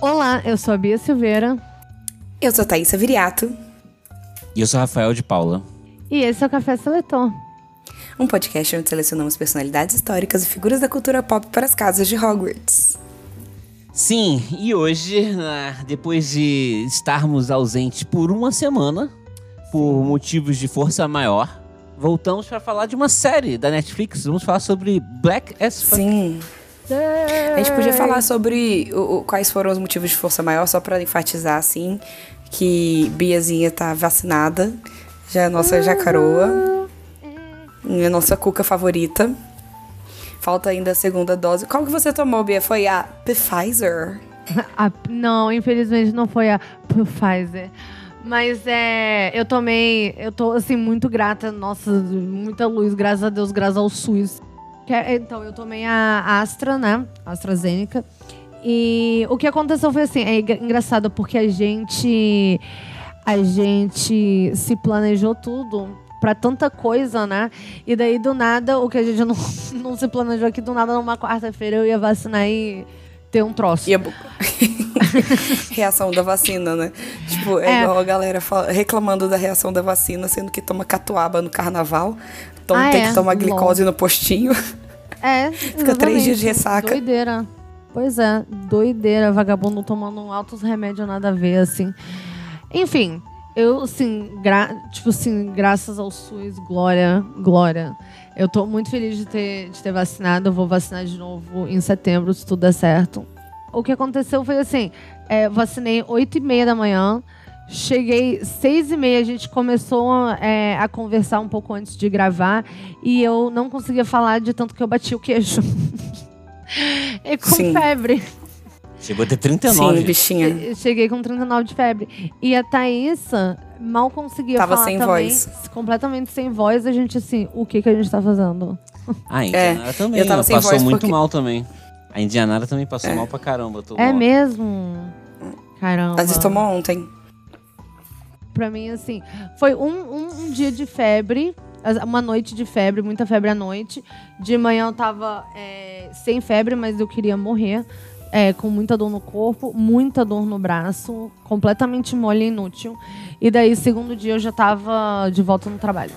olá, eu sou a Bia Silveira Eu sou Thaisa Viriato, E eu sou Rafael de Paula. e esse é o Café Seletor. um podcast onde selecionamos personalidades históricas e figuras da cultura pop para as casas de Hogwarts. Sim, e hoje, ah, depois de estarmos ausentes por uma semana, por motivos de força maior, voltamos para falar de uma série da Netflix. Vamos falar sobre Black as Fuck. Sim. A gente podia É. falar sobre o- o- quais foram os motivos de força maior, só para enfatizar, assim, que Biazinha tá vacinada, já é a nossa jacaroa, Uhum. e a nossa cuca favorita. Falta ainda a segunda dose. Qual que você tomou, Bia? Foi a Pfizer? A- não, infelizmente não foi a Pfizer. Mas é, eu tomei, eu tô assim muito grata, nossa, muita luz, graças a Deus, graças ao SUS. Que é- Então, eu tomei a Astra, né? AstraZeneca. E o que aconteceu foi assim, é engra- engraçado porque a gente a gente se planejou tudo pra tanta coisa, né? E daí do nada, o que a gente não, não se planejou aqui do nada numa quarta-feira eu ia vacinar e ter um troço. E a bu- reação da vacina, né? Tipo, é, É. igual a galera fala- reclamando da reação da vacina, sendo que toma catuaba no carnaval, então Ah, tem é? que tomar glicose no postinho. É. Fica três dias de exatamente. ressaca. Doideira. Pois é, doideira, vagabundo tomando um altos remédios nada a ver, assim. Enfim, eu, assim, gra- tipo assim, graças ao SUS, glória, glória. Eu tô muito feliz de ter, de ter vacinado, eu vou vacinar de novo em setembro, se tudo der certo. O que aconteceu foi assim, é, vacinei 8 e meia da manhã, cheguei 6 e meia, a gente começou é, a conversar um pouco antes de gravar, e eu não conseguia falar de tanto que eu bati o queixo. e com Sim. É. febre. Chegou a ter Sim, 39. bichinha. Eu Cheguei com 39 de febre. E a Thaísa mal conseguia Tava falar sem também, voz. Completamente sem voz, a gente assim, o que que a gente tá fazendo? ah, a É, Indianara também. eu tava ela sem passou voz muito porque- mal também. A Indianara também passou mal pra caramba. tomou- É mesmo? Caramba. Hum. Mas é tomou ontem. Pra mim, assim, foi um, um, um dia de febre, as- uma noite de febre, muita febre à noite. De manhã eu tava é, sem febre, mas eu queria morrer. é, com muita dor no corpo, muita dor no braço, completamente mole e inútil. E daí, segundo dia, eu já tava de volta no trabalho.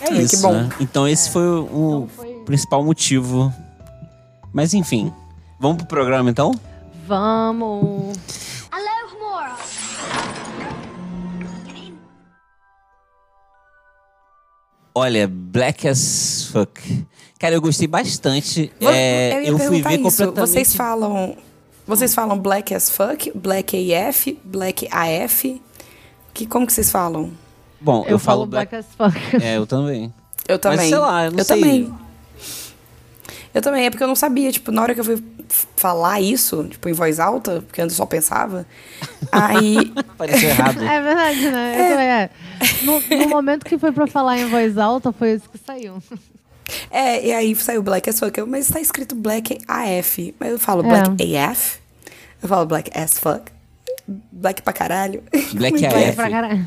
É Isso, que bom. né? Então esse É. foi o Então foi- principal motivo. Mas enfim, vamos pro programa então? Vamos! Olha, Black as Fuck. Cara, eu gostei bastante. Vo- É, eu ia eu fui perguntar isso. ver completamente. Vocês falam, vocês falam black as fuck, black AF, black AF. Que como que vocês falam? Bom, eu, Eu, falo black as fuck. É, eu também. Eu também. Mas sei lá, eu não sei. também. Eu também, é porque eu não sabia, tipo, na hora que eu fui f- falar isso, tipo, em voz alta, porque antes eu só pensava. Aí. Pareceu errado. É verdade, né? Eu também, é. No, no momento que foi pra falar em voz alta, foi isso que saiu. É, e aí saiu Black as Fuck. Eu, mas tá escrito Black AF. Mas eu falo É. Black AF. Eu falo Black as Fuck. Black pra caralho. Black Muito AF. É, Foi pra caralho.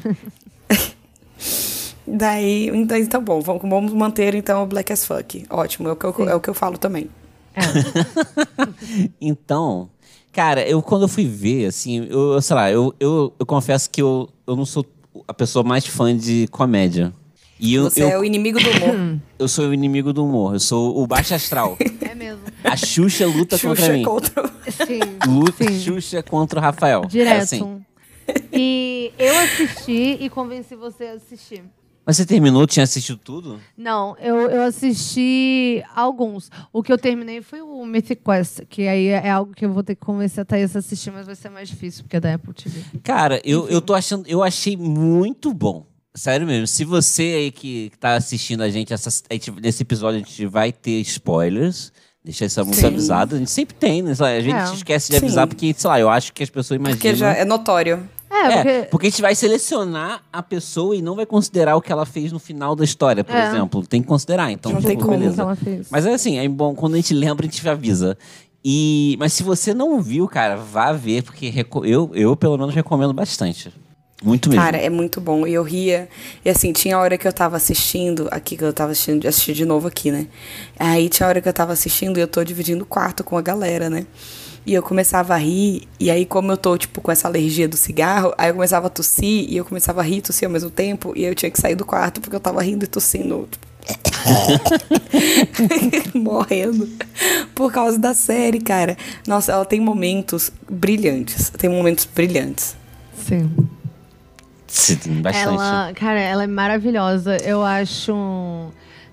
Daí, então, então bom, vamos, vamos manter então o Black as Fuck. Ótimo, é o que eu, é o que eu falo também. Então, cara, eu quando eu fui ver, assim, eu, eu sei lá, eu, eu, eu confesso que eu, eu não sou a pessoa mais fã de comédia. E eu, Você eu, é o inimigo do humor. eu sou o inimigo do humor, eu sou o baixo astral. É mesmo. A Xuxa luta contra Xuxa mim. contra. Sim. Luta sim. Xuxa contra o Rafael. Direto. É assim. E eu assisti e convenci você a assistir. Mas você terminou, tinha assistido tudo? Não, eu, eu assisti alguns. O que eu terminei foi o Mythic Quest, que aí é algo que eu vou ter que convencer a Thaís a assistir, mas vai ser mais difícil, porque é da Apple TV. Cara, eu, eu tô achando. Eu achei muito bom. Sério mesmo. Se você aí que, que tá assistindo a gente, essa, a gente- nesse episódio a gente vai ter spoilers. Deixa essa muito Sim. avisada. A gente sempre tem, né? Sei lá, A gente É. esquece de Sim. avisar, porque, sei lá, eu acho que as pessoas imaginam. Porque já é notório. É, É, porque... porque. a gente vai selecionar a pessoa e não vai considerar o que ela fez no final da história, por É. exemplo. Tem que considerar, então. Não tem tipo, como. beleza. que ela fez. Mas é assim, é bom, quando a gente lembra, a gente avisa. E, mas se você não viu, cara, vá ver, porque reco- eu, eu pelo menos recomendo bastante. Muito mesmo. Cara, é muito bom. E eu ria. E assim, tinha a hora que eu tava assistindo, aqui que eu tava assistindo, assisti de novo aqui, né? Aí tinha a hora que eu tava assistindo e eu tô dividindo o quarto com a galera, né? E eu começava a rir, e aí, como eu tô, tipo, com essa alergia do cigarro, aí eu começava a tossir, e eu começava a rir e tossir ao mesmo tempo, e eu tinha que sair do quarto porque eu tava rindo e tossindo, tipo, morrendo por causa da série, cara. Nossa, ela tem momentos brilhantes. Tem momentos brilhantes. Sim. Sim, tem bastante. Ela, cara, ela é maravilhosa. Eu acho um,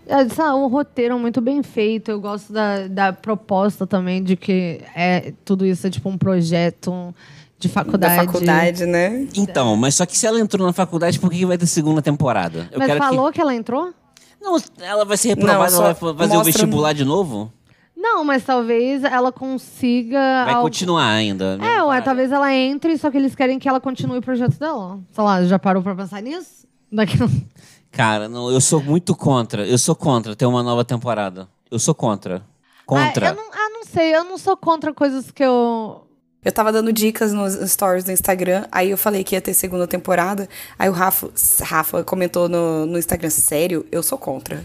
é, sei lá, um roteiro muito bem feito. Eu gosto da, da proposta também de que é tudo isso é tipo um projeto de faculdade. Da faculdade, né? Então, mas só que se ela entrou na faculdade, por que que vai ter segunda temporada? Eu Mas quero falou que... ela entrou? que. Não, ela vai ser reprovada, Não, ela só vai fazer o mostra- vestibular de novo? Não, mas talvez ela consiga. Vai algo- continuar ainda. né? É, ué, Parada. talvez ela entre, só que eles querem que ela continue o projeto dela. Sei lá, já parou pra pensar nisso? um- Daquela... Cara, não, eu sou muito contra. Eu sou contra ter uma nova temporada. Eu sou contra. Contra. Ah, eu não, ah, não sei, eu não sou contra coisas que eu. Eu tava dando dicas nos stories do Instagram, aí eu falei que ia ter segunda temporada, aí o Rafa, Rafa comentou no, no Instagram, sério, eu sou contra.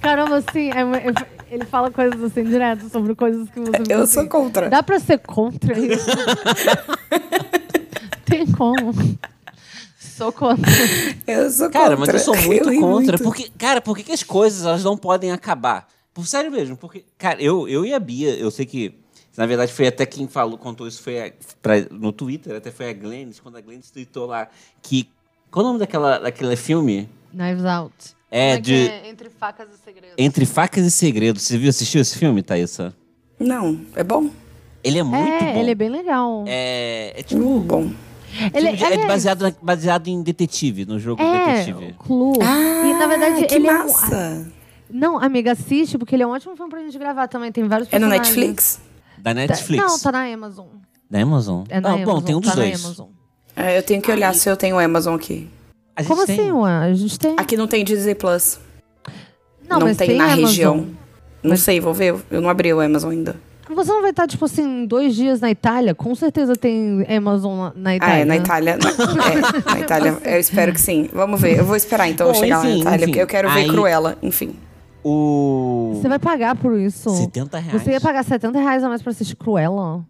Caramba, assim, é uma- ele fala coisas assim direto sobre coisas que você. fica Eu assim, sou contra. Dá pra ser contra isso? Tem como. Sou contra. Eu sou Cara, mas contra. eu sou muito ri contra. muito. Porque, cara, por que, que as coisas elas não podem acabar? Por sério mesmo, porque, cara, eu, eu e a Bia, eu sei que. Na verdade, foi até quem falou, contou isso foi a- pra- no Twitter, até foi a Glennis, quando a Glennis tweetou lá que. Qual é o nome daquela, daquele filme? Knives Out. É, Como que de. é? Entre facas e segredos. Entre Facas e Segredos. Você viu, assistiu esse filme, Thaísa? Não, é bom? Ele é muito é, bom. ele é bem legal. É, é tipo. Uh, bom. ele, tipo de- ele é é- baseado, na- baseado em detetive, no jogo É, o detetive. Clue. Ah, e na verdade que ele é. um- massa. Não, amiga, assiste, porque ele é um ótimo filme pra gente gravar também. Tem vários É, no personagens. Netflix? Da Tá- É Netflix. Não, tá na Amazon. Da Amazon? É na ah, Amazon. bom, tem um dos tá dois. Na Amazon. É, eu tenho que olhar se eu tenho Amazon aqui. A gente Como tem. assim, ué? A gente tem. Aqui não tem Disney Plus. Não, mas tem, tem na Amazon. região. Não sei, vou ver. Eu não abri o Amazon ainda. Você não vai estar, tipo assim, dois dias na Itália? Com certeza tem Amazon na- na Itália. Ah, é, na Itália. Na, é, na Itália. Eu espero que sim. Vamos ver. Eu vou esperar então Bom, chegar lá na enfim, Itália, enfim. porque eu quero ver Aí- Cruella, enfim. O. Você vai pagar por isso. 70 reais. Você ia pagar 70 reais a mais pra assistir Cruella?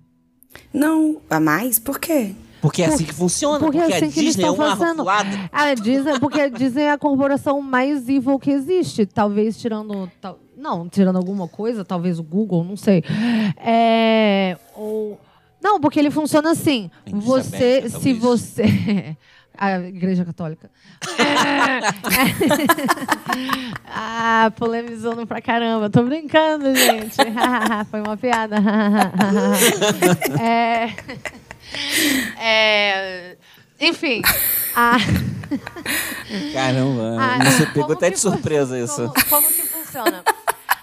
Não, a mais? Por quê? Porque é assim que funciona. Porque Porque, é assim a que eles Disney é estão uma fazendo. arrufada. Ah, dizem, porque dizem é a corporação mais evil que existe. Talvez tirando. tal- não, tirando alguma coisa, talvez o Google, não sei. É. Ou. Não, porque ele funciona assim. A igreja Você, aberta, se talvez. você. A Igreja Católica. ah, polemizando pra caramba. Tô brincando, gente. Foi uma piada. é, é, enfim. Ah, A, Caramba, Ah, como você É, pegou até que de fun- surpresa isso. Como, como que funciona?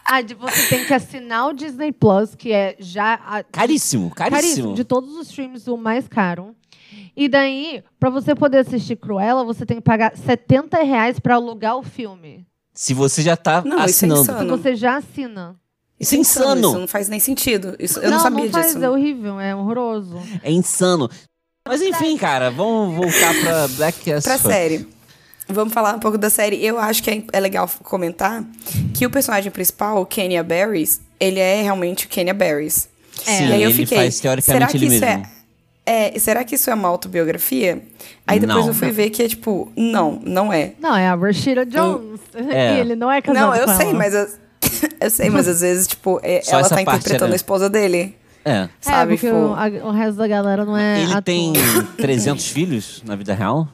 Ah, de- você tem que assinar o Disney Plus, que é já. a- Caríssimo, caríssimo. De todos os streams, o mais caro. E daí, pra você poder assistir Cruella, você tem que pagar R$ 70 reais pra alugar o filme. Se você já tá Não, isso é assinando. Se insano. Mano. você já assina. Isso é insano. Isso não faz nem sentido. Isso, eu não, sabia não faz, disso. é horrível, é horroroso. É insano. Mas enfim, cara, vamos voltar pra Black As Pra Fuck. série. Vamos falar um pouco da série. Eu acho que é, é legal comentar que o personagem principal, o Kenya Barris, ele é realmente o Kenya Barris. É. Sim, e aí eu ele fiquei, faz teoricamente será que ele isso mesmo. É, é, será que isso é uma autobiografia? Aí depois Não. eu fui ver que é tipo, não, não é. Não, é a Rashida Jones. É. E ele não é casado Não, eu com sei, ela. mas eu... Eu sei, mas às vezes, tipo, é- Só ela essa tá parte, interpretando a né? esposa dele. É. Sabe, é, porque tipo- o, a- o resto da galera não é Ele ator. tem 300 filhos na vida real?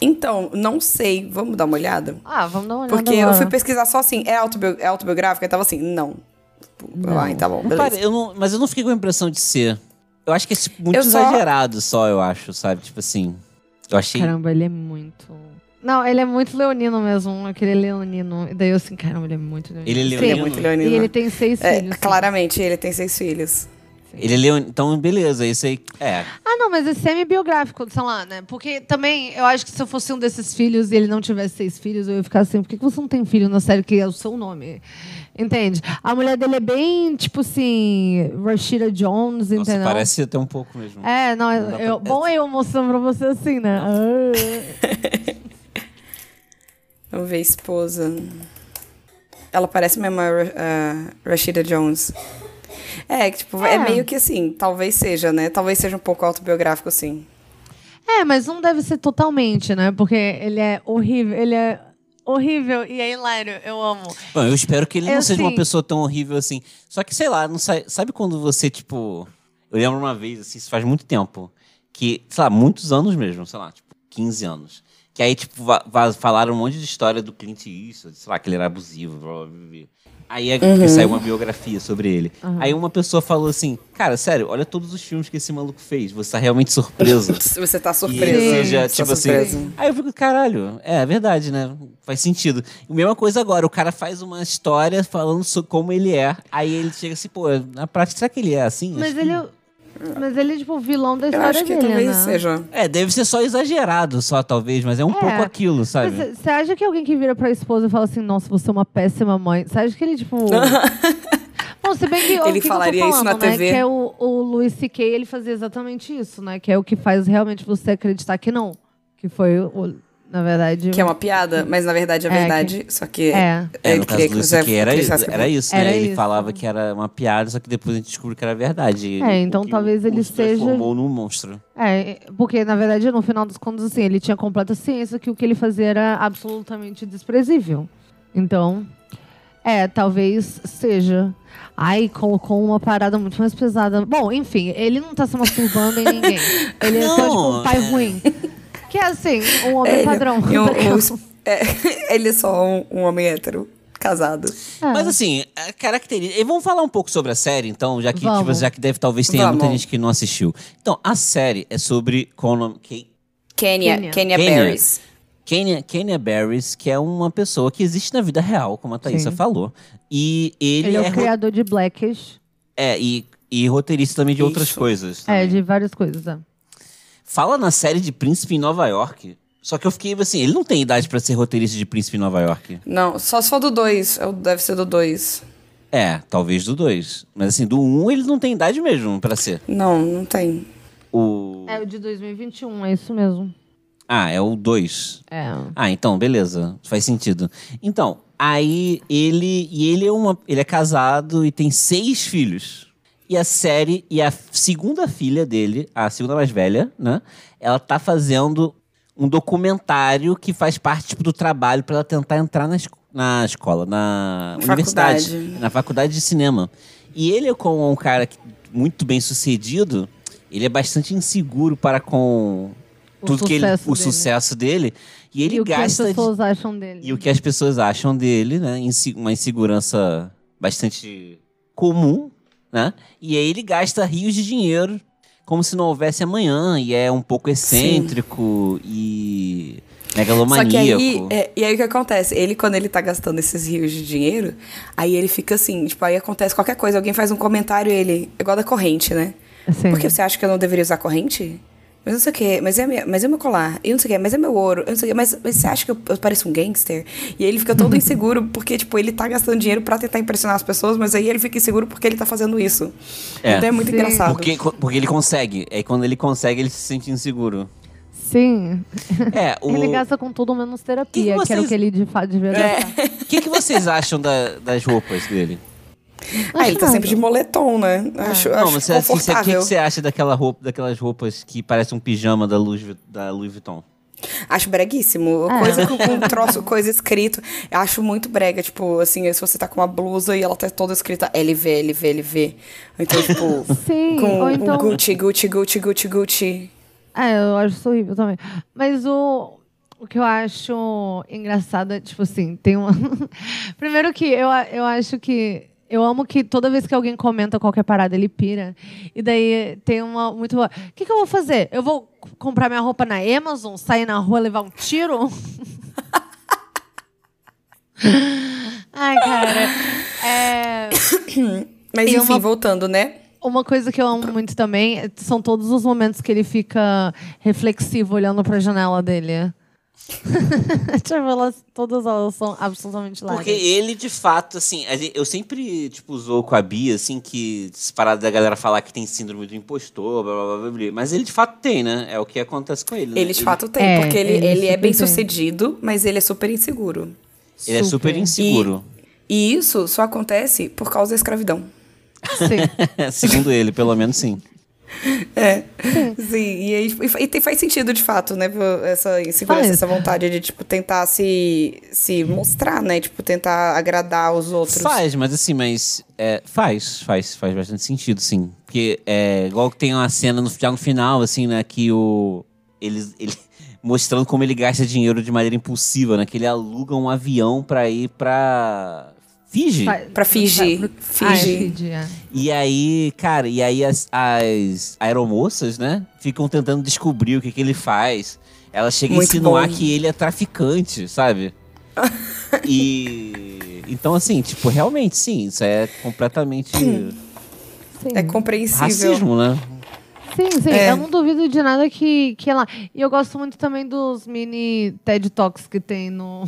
Então, não sei. Vamos dar uma olhada? Ah, vamos dar uma olhada Porque eu agora. fui pesquisar só assim, é, autobio é autobiográfica? E tava assim, não. Tipo, Não. Ai, tá bom, Não pare- beleza. eu não- mas eu não fiquei com a impressão de ser. Eu acho que é tipo, muito Eu só- exagerado só, eu acho, sabe? Tipo assim. Eu achei. Caramba, ele é muito... Não, ele é muito leonino mesmo. Aquele leonino. E daí eu assim, caramba, ele é muito leonino. Ele é Sim. Ele é leonino. muito E leonino. ele tem seis É, filhos. sim. claramente, ele tem seis filhos. Ele leu. Então, beleza, isso aí. É. Ah, não, mas é semi-biográfico, sei lá, né? Porque também, eu acho que se eu fosse um desses filhos e ele não tivesse seis filhos, eu ia ficar assim, por que que você não tem filho na série que é o seu nome? Entende? A mulher dele é bem, tipo assim, Rashida Jones, Nossa, entendeu? parece até um pouco mesmo. É, não, dá eu, pra- bom eu mostrando pra você assim, né? Ah. Vamos ver, esposa. Ela parece mesmo a, Ra- a Rashida Jones. É, que, tipo, é. É. meio que assim, talvez seja, né? Talvez seja um pouco autobiográfico, assim. sim. É, mas não deve ser totalmente, né? Porque ele é horrível, ele é horrível e é hilário, eu amo. Bom, eu espero que ele Eu não seja uma sim. pessoa tão horrível assim. Só que, sei lá, não sai- sabe quando você, tipo. Eu lembro uma vez, assim, isso faz muito tempo. Que, sei lá, muitos anos mesmo, sei lá, tipo, 15 anos. Que aí, tipo, va- va- falaram um monte de história do Clint Eastwood, sei lá, que ele era abusivo, blá, blá, blá, blá. Aí é- Uhum. que saiu uma biografia sobre ele. Aí uma pessoa falou assim, cara, sério, olha todos os filmes que esse maluco fez, você tá realmente surpreso. Se Você tá E surpresa. seja, Você tipo tá surpresa. assim. Aí eu fico, caralho, é, é verdade, né? Faz sentido. E mesma coisa agora, o cara faz uma história falando sobre como ele é. Aí ele chega assim, pô, na prática, será que ele é assim? Acho Mas que ele, não. é- mas ele é, tipo, o vilão da Eu história acho que dele, talvez né? seja. um É, deve ser só exagerado, só talvez, mas é um É. pouco aquilo, sabe? Você acha que alguém que vira pra esposa e fala assim, nossa, você é uma péssima mãe? Você acha que ele, tipo. um, Bom, se bem que. o que Ele que eu tô falaria isso na falando, né? TV? Que é o, o Louis C.K., ele fazia exatamente isso, né? Que é o que faz realmente você acreditar que não. Que foi, o- na verdade. Que é uma piada, mas na verdade é É, verdade. Só que É. É, ele no caso queria do que você Lucy, que era, acreditasse que- era isso, né? Era ele isso. falava que era uma piada, só que depois a gente descobriu que era verdade. É, então O que talvez o- ele o seja- transformou num monstro. É, porque na verdade, no final dos contos, assim, ele tinha completa ciência que o que ele fazia era absolutamente desprezível. Então, é, talvez seja. Ai, colocou uma parada muito mais pesada. Bom, enfim, ele não tá se masturbando em ninguém. Ele é só, Não, tipo, um pai ruim. Que é assim, um homem Ele- padrão. e um- um- é, ele é só um, um homem hétero, casado. É. Mas assim, a característica. E vamos falar um pouco sobre a série, então, já que, Vamos. tipo, já que deve talvez tenha muita Vamos. gente que não assistiu. Então, a série é sobre Conan, Ke- Kenya, Kenya. Kenya, Kenya. Barris. Kenya, Kenya Barris, que é uma pessoa que existe na vida real, como a Thaisa Sim. falou. E ele, Ele é é, o ro- criador de Blackish. é, e, e roteirista também de outras Isso. coisas. É, também. de várias coisas. é. Fala na série de Príncipe em Nova York. Só que eu fiquei assim, ele não tem idade pra ser roteirista de Príncipe em Nova York. Não, só se for do 2. Deve ser do 2. É, talvez do 2. Mas assim, do 1 um, ele não tem idade mesmo pra ser. Não, não tem. O... É o de 2021, é isso mesmo. Ah, é o 2. É. Ah, então, beleza. Faz sentido. Então, aí ele. E ele é uma. Ele é casado e tem seis filhos. E a série. E a segunda filha dele, a segunda mais velha, né? Ela tá fazendo um documentário que faz parte tipo, do trabalho pra ela tentar entrar na, esco- na escola, na Faculdade. universidade. Na faculdade de cinema. E ele, como um cara que- muito bem sucedido, ele é bastante inseguro para com. O Tudo que ele, sucesso o dele. né? sucesso dele. E ele e o que as gasta de- pessoas acham dele. e o que as pessoas acham dele, né? Inse- Uma insegurança bastante comum, né? E aí ele gasta rios de dinheiro como se não houvesse amanhã e é um pouco excêntrico e Só megalomaníaco. que aí, é, e aí o que acontece? Ele, quando ele tá gastando esses rios de dinheiro, aí ele fica assim, tipo, aí acontece qualquer coisa, alguém faz um comentário e ele, é igual da corrente, né? Sim. Por que você acha que eu não deveria usar corrente? Mas não sei o quê, mas é, minha, mas é meu colar, e não sei o quê, mas é meu ouro, eu não sei o quê, mas, mas você acha que eu, eu pareço um gangster? E aí ele fica todo inseguro porque, tipo, ele tá gastando dinheiro pra tentar impressionar as pessoas, mas aí ele fica inseguro porque ele tá fazendo isso. É. Então é muito Sim. engraçado. Porque, porque ele consegue. Aí quando ele consegue, ele se sente inseguro. Sim. É, o. Ele gasta com tudo menos terapia, Que que que era o vocês- É. que ele de fato devia gastar. O que, que vocês acham da- das roupas dele? Ah, ele tá Acho sempre de nada. moletom, né? Acho, Não, acho mas assim, o que, confortável. que você acha daquela roupa, daquelas roupas que parecem um pijama da Louis, Vu- da Louis Vuitton? Acho breguíssimo. É. Coisa com, com troço, coisa escrito. Eu acho muito brega, tipo, assim, se você tá com uma blusa e ela tá toda escrita LV, LV, LV. Então, tipo, Sim, com ou o então. Gucci, Gucci, Gucci, Gucci, Gucci. É, eu acho isso horrível também. Mas o, o que eu acho engraçado é, tipo assim, tem um. Primeiro que eu, a- eu acho que. Eu amo que toda vez que alguém comenta qualquer parada, ele pira. E daí tem uma muito. O que, que eu vou fazer? Eu vou c- comprar minha roupa na Amazon, sair na rua, levar um tiro? Ai, cara. É. Mas E enfim, uma- voltando, né? Uma coisa que eu amo muito também é- são todos os momentos que ele fica reflexivo olhando pra janela dele. tipo, elas, todas elas são absolutamente lá. Porque ele, de fato, assim, a gen- eu sempre, tipo, usou com a Bia, assim, que essa parada da galera falar que tem síndrome do impostor, blá, blá, blá, blá, blá. Mas ele, de fato, tem, né? É o que acontece com ele, né? Ele de fato tem, É, porque ele, ele ele, é super bem tem. sucedido, mas ele é super inseguro. Ele é super inseguro. E isso só acontece por causa da escravidão. Sim. Segundo ele, pelo menos, sim. É. Sim, e, aí, e fa- e tem- faz sentido de fato, né? Essa insegurança, Faz. essa vontade de, tipo, tentar se, se mostrar, né? Tipo, tentar agradar os outros. Faz, mas assim, mas é, faz, faz, faz bastante sentido, sim. Porque é igual que tem uma cena no, já no final, assim, né, que o. Ele, ele mostrando como ele gasta dinheiro de maneira impulsiva, né? Que ele aluga um avião pra ir pra. Fiji. Fa- Pra fingir. Ah, é, Fingir. Fiji, é. E aí, cara, e aí as, as aeromoças, né, ficam tentando descobrir o que, que ele faz. Ela chega Muito a insinuar bom. que ele é traficante, sabe? e. Então, assim, tipo, realmente, sim, isso é completamente Sim. É compreensível. racismo, né? Sim, sim. É. Eu não duvido de nada que, que ela. E eu gosto muito também dos mini TED Talks que tem no.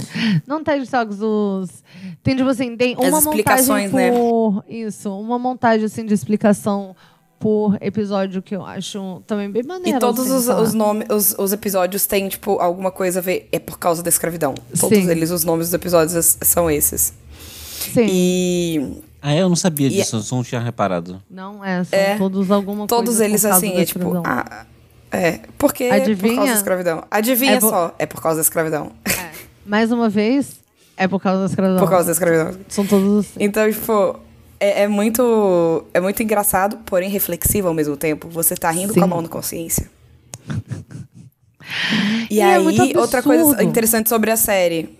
não TED Talks, os. Tem, tipo assim, tem uma As explicações, né? montagem por. Isso, uma montagem assim de explicação por episódio que eu acho também bem maneiro. E todos assim, os, falar. os nomes, os, os episódios têm, tipo, alguma coisa a ver. É por causa da escravidão. Todos Sim. eles, os nomes dos episódios es- são esses. Sim. E Ah, eu não sabia E- é disso, eu não tinha reparado. Não, é, são É. todos alguma todos coisa. por eles, causa assim, da é tipo. escravidão. Ah, é. Porque por causa Adivinha? da escravidão. Adivinha É por- só. É por causa da escravidão. Mais uma vez, é por causa da escravidão. por causa da escravidão. São todos assim. Então, tipo, é, é muito. É muito engraçado, porém reflexivo ao mesmo tempo. Você tá rindo com a Sim. mão na consciência. E, E é aí, muito outra coisa absurdo. interessante sobre a série.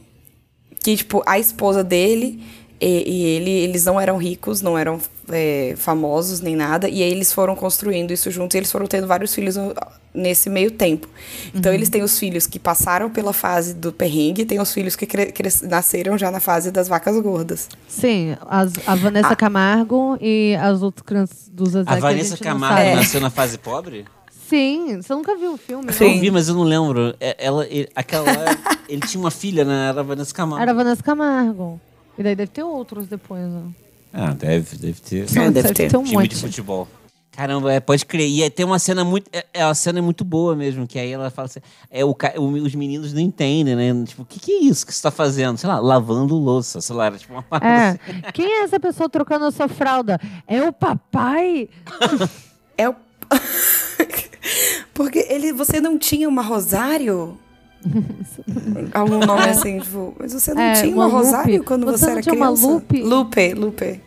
Que, tipo, a esposa dele e, e ele, eles não eram ricos, não eram é, famosos nem nada. E aí eles foram construindo isso junto e eles foram tendo vários filhos no- nesse meio tempo. Então Uhum. eles têm os filhos que passaram pela fase do perrengue e tem os filhos que cre- cres- nasceram já na fase das vacas gordas. Sim, as- a Ah. Vanessa Camargo e as outras crianças dos Zezé. A é que Vanessa gente não Camargo É. sabe. É. nasceu na fase pobre? Sim, você nunca viu o filme? né? Sim. Eu vi, mas eu não lembro. É- Ela, ele- aquela, ele tinha uma filha, né? Era a Vanessa não? Camargo. Era Vanessa Camargo. E daí deve ter outros depois, né? Ah, deve, deve ter. É, deve ter. um time monte. de futebol. Caramba, é, pode crer. E é, tem uma cena muito. É, é, a cena é muito boa mesmo, que aí ela fala assim. É, o, ca- o- os meninos não entendem, né? Tipo, o que, que é isso que você tá fazendo? Sei lá, lavando louça, sei lá, era tipo uma parada assim. É. Quem é essa pessoa trocando a sua fralda? É o papai? É o. Porque ele, você não tinha uma Rosário? Algum nome assim, tipo. Mas você não É, tinha uma uma, Lupe. Rosário quando Você você, não era tinha uma criança? Lupe? Lupe, Lupe.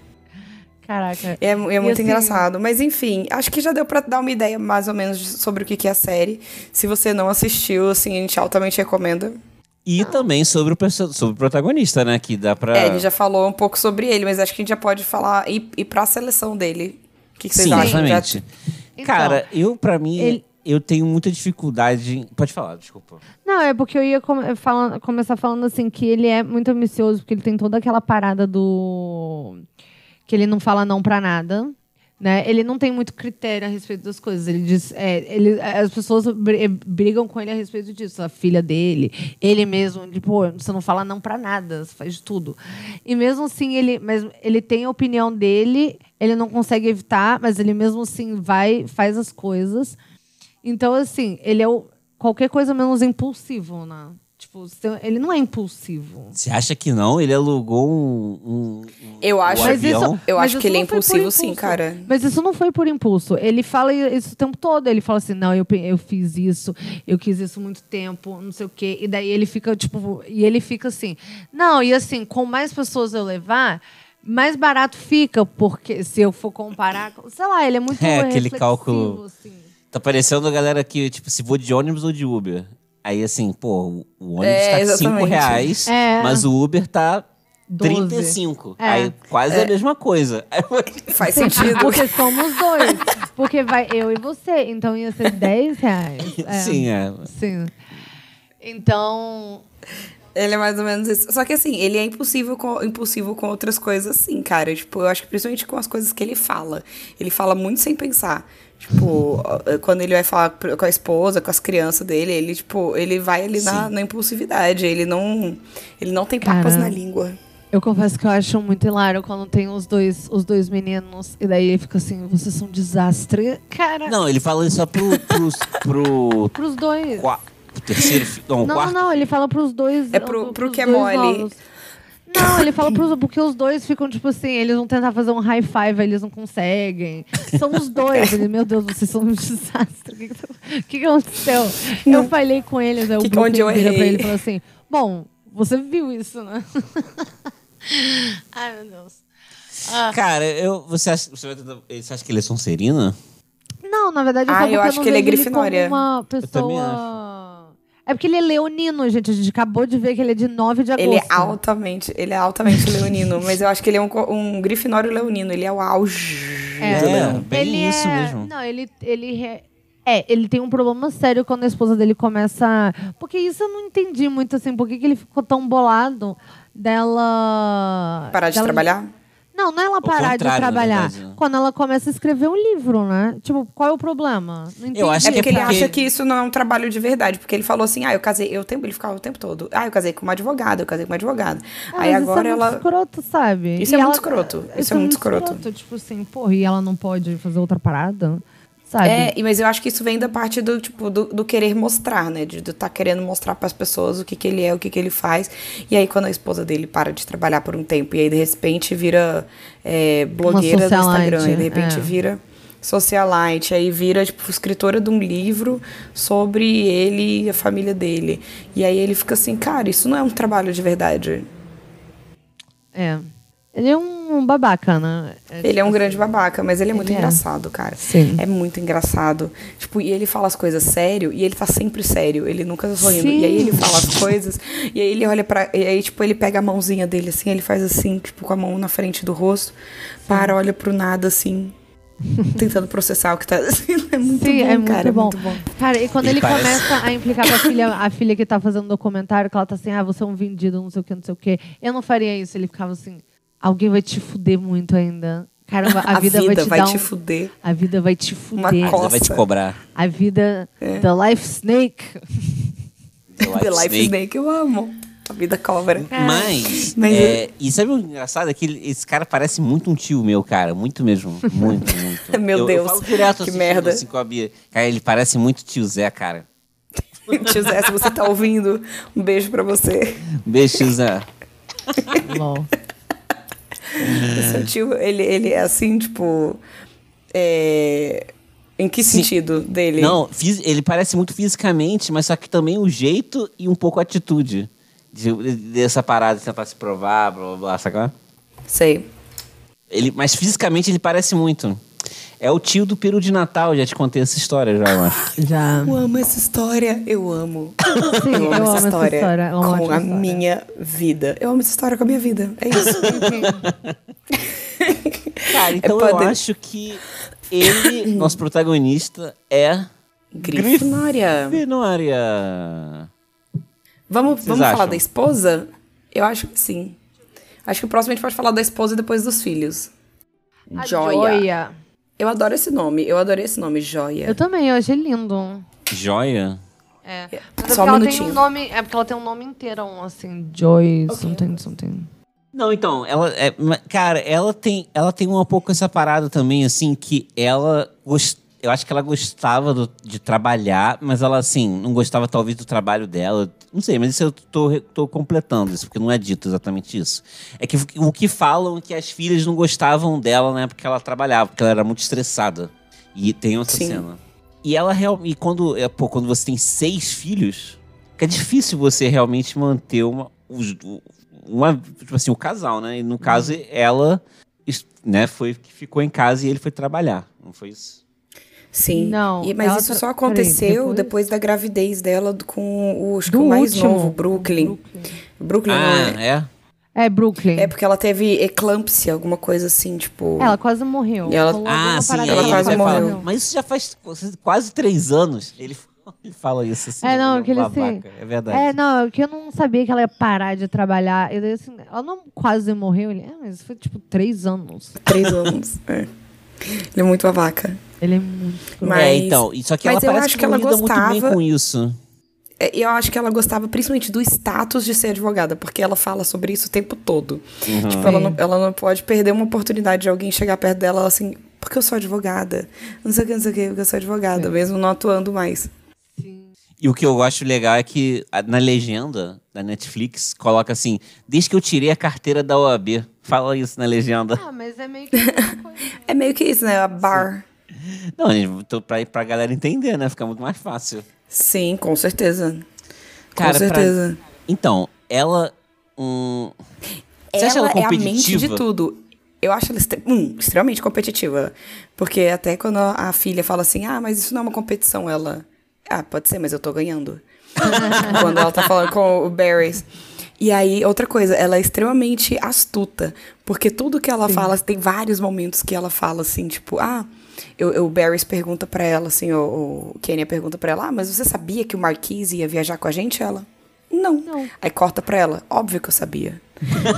Caraca. É, é muito assim- engraçado. Mas enfim, acho que já deu pra dar uma ideia mais ou menos de- sobre o que que é a série. Se você não assistiu, assim, a gente altamente recomenda. E também sobre o, perso- sobre o protagonista, né? Que dá pra. É, ele já falou um pouco sobre ele, mas acho que a gente já pode falar e ir pra seleção dele. O que, que vocês Sim, acham? Já- então. exatamente. Cara, eu, pra mim, ele- eu tenho muita dificuldade. em- Pode falar, desculpa. Não, é porque eu ia come- fala- começar falando assim que ele é muito ambicioso, porque ele tem toda aquela parada do. que ele não fala não pra nada. Né? Ele não tem muito critério a respeito das coisas. Ele diz. é, ele, as pessoas br- brigam com ele a respeito disso. A filha dele, ele mesmo, tipo, "Pô, você não fala não pra nada, você faz de tudo. E mesmo assim, ele, mesmo, ele tem a opinião dele, ele não consegue evitar, mas ele mesmo assim vai, faz as coisas. Então, assim, ele é o, qualquer coisa menos impulsivo, né? Tipo, seu- ele não é impulsivo. Você acha que não? Ele alugou um. um- um- Eu um acho- Mas isso- avião? Eu Mas acho que isso ele é não foi por impulsivo, sim, impulso. cara. Mas isso não foi por impulso. Ele fala isso o tempo todo. Ele fala assim: não, eu, pe- eu fiz isso, eu quis isso há muito tempo, não sei o quê. E daí ele fica, tipo, e ele fica assim: não, e assim, com mais pessoas eu levar, mais barato fica, porque se eu for comparar. com- Sei lá, ele é muito. É, aquele reflexivo, cálculo. assim. Tá parecendo a galera que, tipo, se vou de ônibus ou de Uber. Aí, assim, pô, o ônibus É, tá 5 exatamente. reais, É. mas o Uber tá Doze. 35. É. Aí quase a mesma coisa. Aí eu- Faz Sim, sentido. Ah, Porque somos dois. Porque vai eu e você. Então ia ser 10 reais. É, Sim, é. Sim. Então. Ele é mais ou menos isso. Só que assim, ele é impossível com, impulsivo com outras coisas, assim, cara. Tipo, eu acho que principalmente com as coisas que ele fala. Ele fala muito sem pensar. Tipo, ó, quando ele vai falar pro- com a esposa, com as crianças dele, ele, tipo, ele vai ali na, na impulsividade. Ele não. Ele não tem papas Cara. na língua. Eu confesso que eu acho muito hilário quando tem os dois, os dois meninos. E daí ele fica assim, vocês são um desastre. Cara, Não, ele fala isso só pro. pros- pro. pros dois. qua- pro terceiro. fi- Não, não, quarto. não, ele fala pros dois. um É pro- pro pros que é dois mole. novos. Não, ele fala pros. Porque os dois ficam tipo assim, eles vão tentar fazer um high five, eles não conseguem. São os dois. Ele, meu Deus, vocês são um desastre. O que, que, tá- o que que aconteceu? Eu falei com eles, aí o Que que- Brooklyn onde eu vira pra errei? ele e fala assim: Bom, você viu isso, né? Ai, meu Deus. Cara, eu, você, acha, você, vai tentar- você acha que ele é Sonserina? Não, na verdade, eu Ah, só eu porque acho não que ele é vejo Grifinória. como uma também pessoa... É porque ele é leonino, gente. A gente acabou de ver que ele é de 9 de agosto. né? Ele é altamente. Ele é altamente leonino. Mas eu acho que ele é um, co- um grifinório leonino. Ele é o auge. É. do leão. É, bem Ele isso é- mesmo. Não, ele... ele re- É, ele tem um problema sério quando a esposa dele começa... Porque isso eu não entendi muito, assim. Por que, que ele ficou tão bolado dela... Parar de dela- trabalhar? Não, não é ela parar de contrário, na trabalhar. verdade, né? Quando ela começa a escrever um livro, né? Tipo, qual é o problema? Não entendi. acho É que porque ele porque- acha que isso não é um trabalho de verdade, porque ele falou assim: "Ah, eu casei, eu tempo, ele ficava o tempo todo. Ah, eu casei com uma advogada, eu casei com uma advogada". Ah, Aí mas isso agora é muito ela escroto, sabe? Isso é muito escroto. Isso é muito escroto. Tipo assim, porra, e ela não pode fazer outra parada? Sabe? É, e- mas eu acho que isso vem da parte do tipo do, do querer mostrar, né? De estar querendo mostrar pras pessoas o que que ele é, o que que ele faz. E aí quando a esposa dele para de trabalhar por um tempo e aí de repente vira é, blogueira do socialite, Instagram, e de repente é. vira socialite, aí vira tipo escritora de um livro sobre ele e a família dele. E aí ele fica assim, cara, isso não é um trabalho de verdade. É. Ele é um babaca, né? Ele é um grande babaca, mas ele é muito Ele é. engraçado, cara. Sim. É muito engraçado. Tipo, e ele fala as coisas sério, e ele tá sempre sério, ele nunca tá sorrindo. Sim. E aí ele fala as coisas, e aí ele olha pra. E aí, tipo, ele pega a mãozinha dele assim, ele faz assim, tipo, com a mão na frente do rosto, para, olha pro nada assim, tentando processar o que tá. Assim, é muito Sim, bom, é muito cara. bom. É muito bom. Cara, e quando ele, Ele parece- começa a implicar com a filha, a filha que tá fazendo documentário, que ela tá assim, ah, você é um vendido, não sei o que, não sei o que. Eu não faria isso. Ele ficava assim, alguém vai te fuder muito ainda. Caramba, a, A vida, vai te vai dar te um- fuder. A vida vai te Uma É. fuder. costa. Ainda vai te cobrar. A vida, the life snake. The Life Snake, eu amo. A vida cobra. Mas, Mas é, e sabe o engraçado? É que ele- esse cara parece muito um tio meu, cara. Muito mesmo. Muito, muito. Meu Eu- eu, Deus, falo direto que assistindo, merda. assim com a Bia. Cara, ele parece muito tio Zé, cara. Tio Zé, se você tá ouvindo, um beijo pra você. Um Beijo, tio Zé. Lol. É. O seu tio, ele, ele é assim, tipo. é, Em que Sim. sentido dele? Não, fis- ele parece muito fisicamente, mas só que também o jeito e um pouco a atitude de- dessa parada de tentar se provar, blá blá blá, saca? Sei. Ele, mas fisicamente ele parece muito. É o tio do peru de Natal, já te contei essa história já, eu acho. Já. Eu amo essa história. Eu amo. Sim, eu amo essa história. É uma com ótima a história. minha vida. Eu amo essa história com a minha vida. É isso. Cara, então É eu poder- acho que ele, nosso protagonista, é Grifinória. Grifinória. Vamos, Vocês vamos falar acham? da esposa? Eu acho que sim. Acho que o próximo a gente pode falar da esposa e depois dos filhos. A Joia. Eu adoro esse nome. Eu adorei esse nome, Joia. Eu também, eu achei lindo. Joia? É. Só um ela tem minutinho. um nome, é porque ela tem um nome inteirão, assim, Joy, something, something. Não, então, ela é, ma- cara, ela tem, ela tem um pouco essa parada também assim que ela gos- eu acho que ela gostava do- de trabalhar, mas ela, assim, não gostava talvez do trabalho dela. Não sei, mas isso eu tô, re- tô completando isso, porque não é dito exatamente isso. É que o que falam é que as filhas não gostavam dela na época que ela trabalhava, porque ela era muito estressada. E tem outra Sim. cena. E ela realmente. Quando, é, pô, quando você tem seis filhos, fica difícil você realmente manter uma. os- uma tipo assim, o casal, né? E no caso, Uhum. ela es- né, foi que ficou em casa e ele foi trabalhar. Não foi isso? Sim. Não, E- mas ela isso tra- só aconteceu peraí, depois? depois da gravidez dela do- com o, acho que Do o mais último. novo, Brooklyn. Brooklyn, não é? é? É Brooklyn. É porque ela teve eclâmpsia, alguma coisa assim, tipo. Ela quase morreu. E ela- Falou Ah, alguma sim, parada aí que ela ele quase vai morreu. falar, Mas isso já faz quase três anos. Ele, ele fala isso assim. É, não, ele um aquele assim- babaca, É verdade. É, não, é que eu não sabia que ela ia parar de trabalhar. Eu dei assim, ela não quase morreu. Ele, ah, mas foi tipo três anos. Três anos. é. Ele é muito vaca. Ele é muito. Mas, É, então, só que mas ela eu parece acho que, que ela lida muito bem gostava- com isso. é, eu acho que ela gostava principalmente do status de ser advogada, porque ela fala sobre isso o tempo todo. Tipo, ela Sim. não, ela não pode perder uma oportunidade de alguém chegar perto dela ela assim, porque eu sou advogada. Não sei o que, não sei o que, porque eu sou É. advogada, mesmo não atuando mais. E o que eu acho legal é que a- na legenda da Netflix coloca assim: desde que eu tirei a carteira da OAB. Fala isso na legenda. Ah, mas é meio que. uma coisa. É meio que isso, né? A bar. Ah. Não, gente, tô pra, pra galera entender, né? Fica muito mais fácil. Sim, com certeza. Cara, com pra- certeza. Então, ela. Hum, você acha ela é a mente competitiva? de tudo. Eu acho ela extre- um, extremamente competitiva. Porque até quando a a filha fala assim, ah, mas isso não é uma competição, ela. Ah, pode ser, mas eu tô ganhando. quando ela tá falando com o Barrys. E aí, outra coisa, ela é extremamente astuta. Porque tudo que ela fala, tem vários momentos que ela fala assim, tipo, ah. Eu, eu- o Barrys pergunta pra ela, assim, o, o Kenya pergunta pra ela, ah, mas você sabia que o Marquise ia viajar com a gente? Ela, não. Não. Aí corta pra ela, óbvio que eu sabia.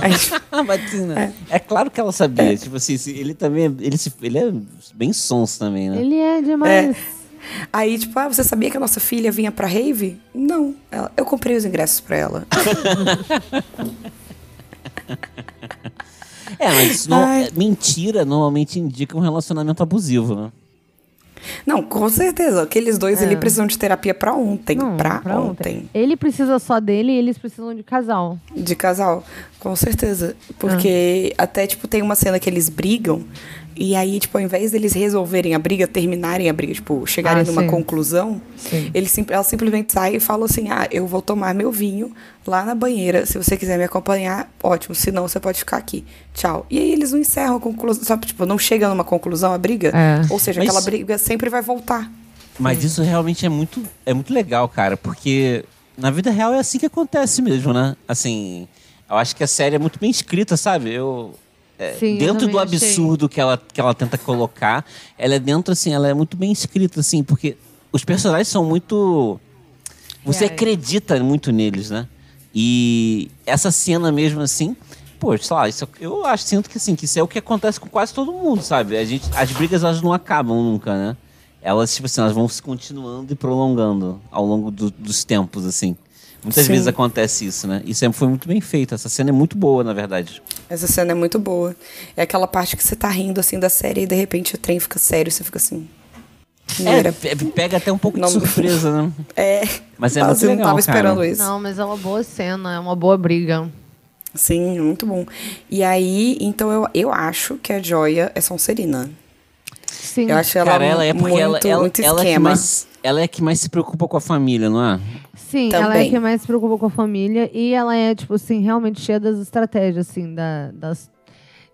Aí, tipo, Ah, Batina. É. claro que ela sabia. Tipo assim, se- ele também. é- Ele, se- ele é bem sons também, né? Ele é demais. Aí, tipo, ah, você sabia que a nossa filha vinha pra rave? Não. Ela, eu comprei os ingressos pra ela. É, mas isso não- Ai. mentira normalmente indica um relacionamento abusivo, né? Não, com certeza. Aqueles dois ali precisam de terapia pra ontem. É. Não, pra, pra ontem. Ele precisa só dele e eles precisam de casal. De casal. Com certeza. Porque Ah. até, tipo, tem uma cena que eles brigam. E aí, tipo, ao invés deles resolverem a briga, terminarem a briga, tipo, chegarem Ah, numa sim. conclusão, Sim. ele sim- ela simplesmente sai e fala assim: ah, eu vou tomar meu vinho lá na banheira. Se você quiser me acompanhar, ótimo. Se não, você pode ficar aqui. Tchau. E aí eles não encerram a conclusão. Sabe, tipo, não chega numa conclusão a briga. É. Ou seja, Mas- aquela briga sempre vai voltar. Mas isso realmente é muito, é muito legal, cara, porque na vida real é assim que acontece mesmo, né? Assim, eu acho que a série é muito bem escrita, sabe? Eu é, Sim, eu dentro também do achei. absurdo que ela, que ela tenta colocar, ela é dentro assim, ela é muito bem escrita assim, porque os personagens são muito você É. Reais. acredita muito neles, né? E essa cena mesmo assim, pô, sei lá, isso, eu acho sinto que assim, que isso é o que acontece com quase todo mundo, sabe? A gente, as brigas elas não acabam nunca, né? Elas tipo assim, elas vão se continuando e prolongando ao longo do- dos tempos assim. Muitas Sim. vezes acontece isso, né? Isso é- foi muito bem feito. Essa cena é muito boa, na verdade. Essa cena é muito boa. É aquela parte que você tá rindo assim da série e de repente o trem fica sério, você fica assim. Não É, era- pe- pega até um pouco Não- de surpresa, né? É. Mas é Ah, muito você não legal, tava cara. esperando isso. Não, mas é uma boa cena, é uma boa briga. Sim, muito bom. E aí, então eu, eu acho que a Joia é Sonserina. Sim. Eu acho ela, Cara, ela é porque muito, ela, ela, muito ela é que esquema. mais, ela é que mais se preocupa com a família, não é? Sim, Também. ela é a que mais se preocupa com a família e ela é, tipo assim, realmente cheia das estratégias, assim, da, das,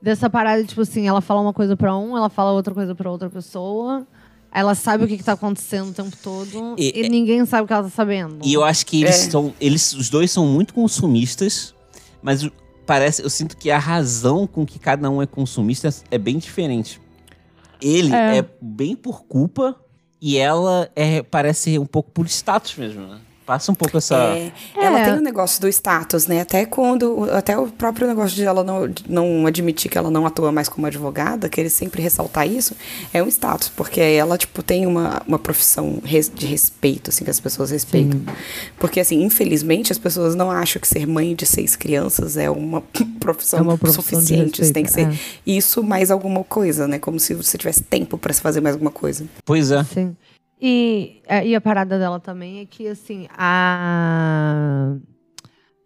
dessa parada, tipo assim, ela fala uma coisa pra um, ela fala outra coisa pra outra pessoa. Ela sabe o que, que tá acontecendo o tempo todo E- e, ninguém sabe o que ela tá sabendo. E eu acho que eles É. são. Eles, os dois são muito consumistas, mas o- parece. Eu sinto que a razão com que cada um é consumista é bem diferente. Ele é, É. bem por culpa e ela é, parece um pouco por status mesmo, né? Passa um pouco essa. Tá. É, Ela tem o negócio do status, né? Até quando. Até o próprio negócio de ela não, não admitir que ela não atua mais como advogada, que ele sempre ressaltar isso, é um status, porque ela, tipo, tem uma, uma profissão res- de respeito, assim, que as pessoas respeitam. Porque, assim, infelizmente, as pessoas não acham que ser mãe de seis crianças é uma profissão, É uma profissão de suficiente. Isso tem que ser respeito, é. isso mais alguma coisa, né? Como se você tivesse tempo pra se fazer mais alguma coisa. Pois é. Sim. E, é, e a parada dela também é que, assim, a.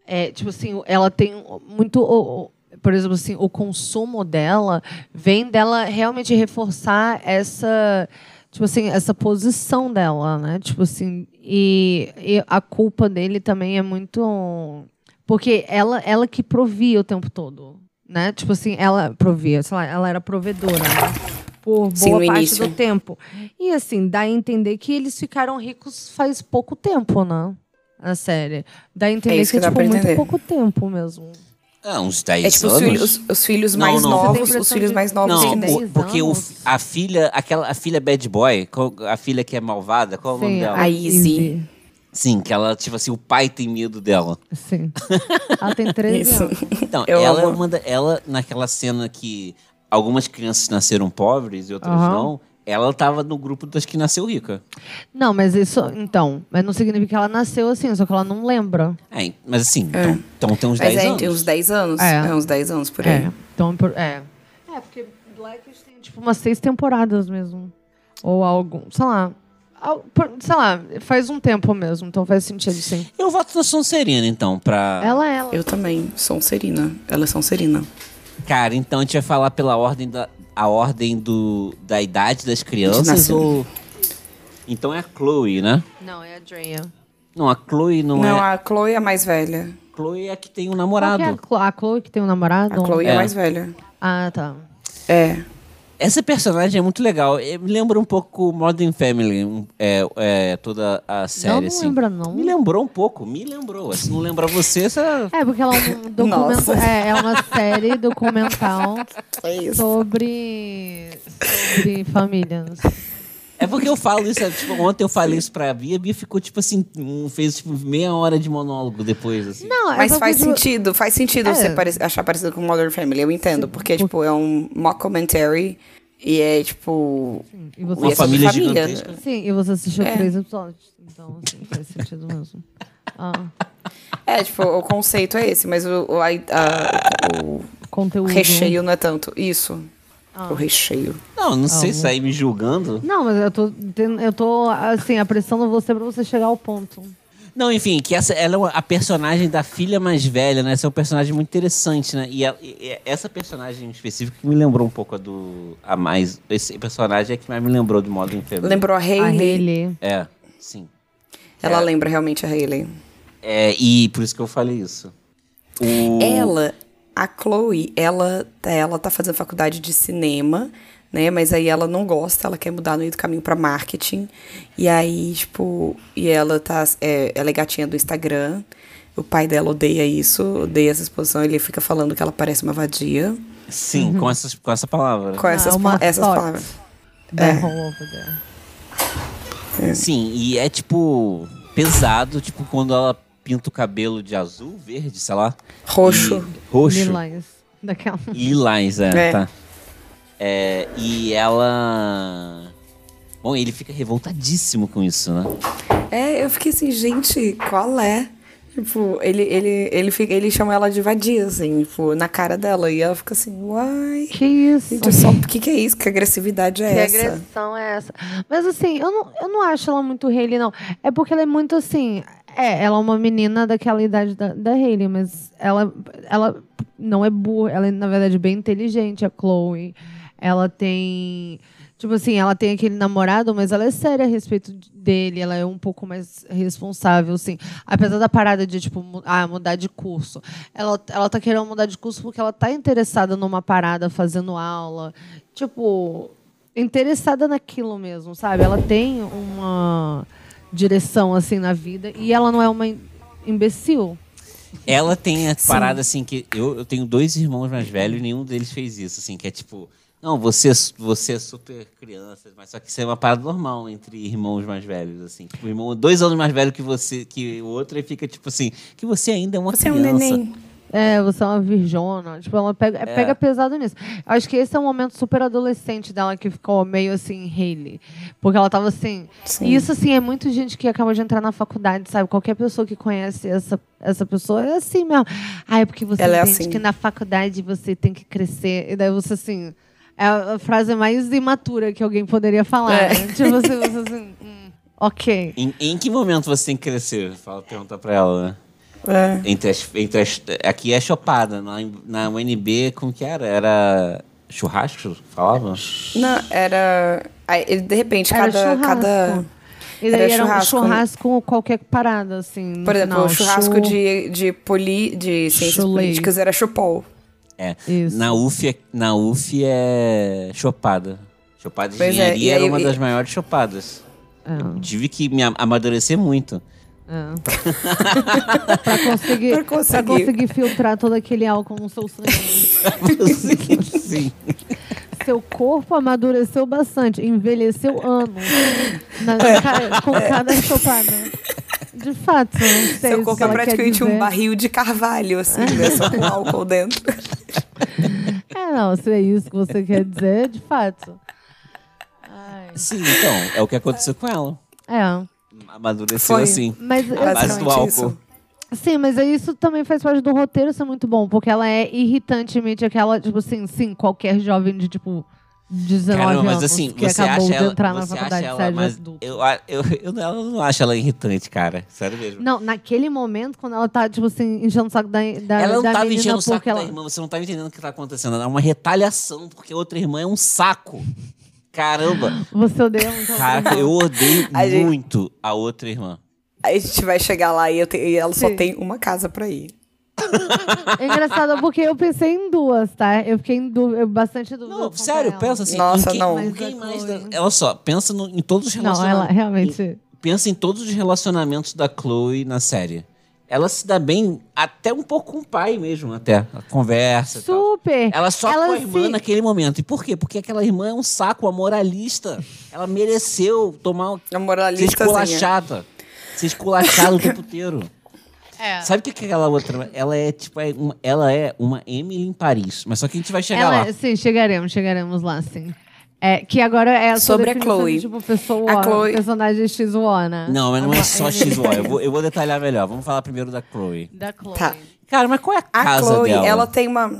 É, tipo assim, ela tem muito. o- o- por exemplo, assim, o consumo dela vem dela realmente reforçar essa. Tipo assim, essa posição dela, né? Tipo assim. E, e a culpa dele também é muito. Porque ela, ela que provia o tempo todo, né? Tipo assim, ela provia, sei lá, ela era provedora, né? Por boa Sim, no parte início. do tempo. E assim, dá a entender que eles ficaram ricos faz pouco tempo, né? Na série. Dá a entender É isso que, que dá tipo, pra muito entender. pouco tempo mesmo. Ah, uns 10 É tipo os anos. filhos, os- os filhos Não, mais não. Você tem a novos, os impressão filhos de- mais novos Não, que Não, tem. dez o- porque o- anos. a filha, aquela a filha bad boy, qual- a filha que é malvada, qual é o nome Sim, dela? a Izzy. Sim, que ela, tipo assim, o pai tem medo dela. Sim. Ela tem 13 Isso. anos. Então, Eu ela, amo. é uma da- ela, naquela cena que algumas crianças nasceram pobres e outras Aham. não, ela tava no grupo das que nasceu rica. Não, mas isso. Então. Mas não significa que ela nasceu assim, só que ela não lembra. É, mas assim, então, então tem uns Mas 10 é, anos. tem uns 10 anos. É. É, uns 10 anos por aí. Então, por- é. É, porque Blackish tem, tipo, umas seis temporadas mesmo. Ou algo. Sei lá. Al- por- Sei lá, faz um tempo mesmo, então faz sentido sim. Eu voto na Sonserina, então, pra. Ah, Ela é ela. Eu também, Sonserina. Ela é Sonserina. Cara, então a gente vai falar pela ordem da a ordem do, da idade das crianças nascimento. ou Então é a Chloe, né? Não, é a Drea. Não, a Chloe não, Não, é. a Chloe é a mais velha. A Chloe é a que tem um Qual que é a, namorado. Chlo- a Chloe que tem um namorado? A Chloe é, É. a mais velha. Ah, tá. É. Essa personagem é muito legal. Eh, Me lembra um pouco Modern Family, um- é, é, toda a série. não assim. lembra, não. Me lembrou um pouco, me lembrou. Se não lembra você, essa. É, porque ela é um documento. Nossa. É, é uma série documental É isso. sobre. sobre famílias. É porque eu falo isso. é, Tipo, ontem eu falei isso pra Bia, a Bia ficou, tipo assim, um- fez tipo, meia hora de monólogo depois. Assim. Não, é Mas porque, faz tipo, sentido, faz sentido É. você pare- achar parecido com Modern Family, eu entendo, porque, tipo, é um mockumentary e é, tipo... E você Uma e é sobre família gigantesca. Sim, e você assistiu É. três episódios. Então, assim, faz sentido mesmo. Ah, É, tipo, o conceito é esse, mas o, o- a- a- o Uhum. conteúdo. recheio não é tanto. Isso, Ah. o recheio. Não, não sei Ah, se tá aí me julgando. Não, mas eu tô, ten- eu tô, assim, apressando você pra você chegar ao ponto. Não, enfim, que essa, ela é uma- a personagem da filha mais velha, né? Essa é um personagem muito interessante, né? E, ela- e- e essa personagem em específico que me lembrou um pouco a do. A mais. Esse personagem é que mais me lembrou do modo Family. Lembrou a Hayley? A Hayley. É, sim. Ela lembra realmente a Hayley. É, e por isso que eu falei isso. O- Ela, a Chloe, ela, ela tá fazendo faculdade de cinema, né? Mas aí ela não gosta, ela quer mudar no meio do caminho pra marketing. E aí, tipo, e ela tá. É, ela é gatinha do Instagram. O pai dela odeia isso, odeia essa exposição. Ele fica falando que ela parece uma vadia. Sim, com, essas, com essa palavra. Uhum. Com essas, Ah, uma pa- essas thought. palavras. The É. Hall Over There. Sim, e é tipo. pesado, tipo, quando ela pinta o cabelo de azul, verde, sei lá. Roxo. E- roxo. Lilás. Daquela. Lilás, é, É. tá. É, e ela. Bom, ele fica revoltadíssimo com isso, né? É, eu fiquei assim, gente, qual é? Tipo, ele, ele, ele, fica, ele chama ela de vadia, assim, tipo, na cara dela. E ela fica assim, uai. Que isso? Gente, só, o que, que é isso? Que agressividade é Que essa? agressão é essa? Mas assim, eu não, eu não acho ela muito Hailey, não. É porque ela é muito assim. É, ela é uma menina daquela idade da, da Hailey, mas ela, ela não é burra. Ela é, na verdade, bem inteligente, a Chloe. Ela tem. Tipo assim, ela tem aquele namorado, mas ela é séria a respeito de- dele. Ela é um pouco mais responsável, assim. Apesar da parada de, tipo, mu- ah, mudar de curso. Ela, ela tá querendo mudar de curso porque ela tá interessada numa parada, fazendo aula. Tipo, interessada naquilo mesmo, sabe? Ela tem uma direção assim na vida e ela não é uma im- imbecil. Ela tem a parada assim que. Eu, eu tenho dois irmãos mais velhos e nenhum deles fez isso, assim, que é tipo. Não, você, você é super criança, mas só que isso é uma parada normal entre irmãos mais velhos, assim. Tipo, irmão dois anos mais velho que você, que o outro, e fica tipo assim, que você ainda é uma Você é um criança. neném. É, você é uma virgona. Tipo, ela É. pega, pega pesado nisso. Acho que esse é um momento super adolescente dela que ficou meio assim, Hailey. Porque ela tava assim. Sim. E isso, assim, é muito gente que acaba de entrar na faculdade, sabe? Qualquer pessoa que conhece essa, essa pessoa é assim mesmo. Ah, é porque você Ela é entende assim. que na faculdade você tem que crescer. E daí você, assim. É a frase mais imatura que alguém poderia falar. É. né? Tipo assim, você assim. hum, ok. Em, em que momento você tem que crescer? Fala, pergunta pra ela, né? É. Entre as, entre as, aqui é chopada, na, na UNB, como que era? Era churrasco? Falava? Não, era. Aí, de repente, Era cada, churrasco. cada. E daí Era era, churrasco. né? um churrasco ou qualquer parada, assim. Por exemplo, não, o churrasco chu- de, de, poli, de ciências Chulei. políticas era chupol. É. Isso. Na UF, é- na UF é chopada. Chopada de Pois é, engenharia e aí- era uma e- das maiores chopadas. É, Tive que me am- amadurecer muito. é. pra, conseguir, Pra pra, conseguir. conseguir. filtrar todo aquele álcool no seu sangue. Sim. seu corpo amadureceu bastante, envelheceu anos. Na, É. ca- com cada enxopada. De fato, eu não sei Seu se corpo é ela quer praticamente um dizer. barril de carvalho, assim, né? Só com álcool dentro. É, não, se é isso que você quer dizer, de fato. Ai. Sim, então, é o que aconteceu com ela. É, Amadureceu Foi. assim. mas... eu- A base do álcool. Basicamente isso. Sim, mas aí isso também faz parte do roteiro ser muito bom, porque ela é irritantemente aquela, tipo assim, sim, qualquer jovem de, tipo, 19 Caramba, mas anos assim, que você acabou acha de ela. entrar na você acha faculdade, ela, sério, mas adulto. eu, eu, eu, ela não acho ela irritante, cara. Sério mesmo. Não, naquele momento, quando ela tá, tipo assim, enchendo o saco da, da, ela não da tava menina, enchendo o saco porque ela... da irmã, você não tava entendendo o que tá acontecendo. Ela É uma retaliação, porque a outra irmã é um saco. Caramba! Você odeia muito ela. Caraca, eu odeio A gente- muito a outra irmã. Aí a gente vai chegar lá e, eu te- e ela só Sim. tem uma casa pra ir. É engraçado, porque eu pensei em duas, tá? Eu fiquei em dúvida, eu bastante dúvida. Não, quanto a sério, ela. pensa assim. Nossa, em quem, não. em quem mais Mas a da- Chloe- Olha só, pensa no- em todos os Não, ela relacionamentos. realmente... pensa em todos os relacionamentos da Chloe na série. Ela se dá bem até um pouco com o pai mesmo, até. A conversa. e tal. Super! tá. Ela só Ela com a irmã se- naquele momento. E por quê? Porque aquela irmã é um saco, a moralista. Ela mereceu tomar um- A ser moralista. esculachada. Ser esculachada o tempo inteiro. É. Sabe o que que é aquela outra? Ela é tipo, é uma- ela é uma Emily em Paris. Mas só que a gente vai chegar Ela- é, lá. Sim, chegaremos, chegaremos lá, sim. É, que agora é a sua Sobre a definição Chloe. de, tipo, pessoa, A Chloe- personagem XO, né? Não, mas não é só Uma- XY. Eu vou, eu vou detalhar melhor. Vamos falar primeiro da Chloe. Da Chloe. Tá. Cara, mas qual é a A casa Chloe, dela? ela tem uma.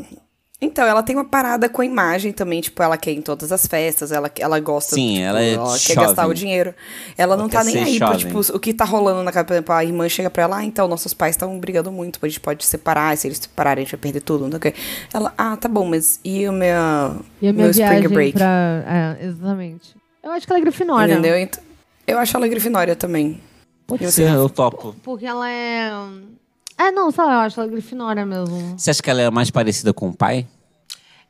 Então, ela tem uma parada com a imagem também, tipo, ela quer ir em todas as festas, ela, ela gosta Sim, tipo, ela é quer gastar jovem. o dinheiro. Ela, não quer tá nem ser aí pra, jovem. tipo, o que tá rolando na casa. Por exemplo, a irmã chega pra ela, ah, então, nossos pais estão brigando muito, a gente pode separar, e se eles separarem, a gente vai perder tudo, não sei o quê. Ela, ah, tá bom, mas e o meu, E a minha meu spring viagem break? pra... É, exatamente. Eu acho que ela é Grifinória. Entendeu? Então, eu acho ela grifinória também. Pode Eu ser, eu topo. Porque ela é... É, não, sabe, eu acho ela Grifinória mesmo. Você acha que ela é mais parecida com o pai?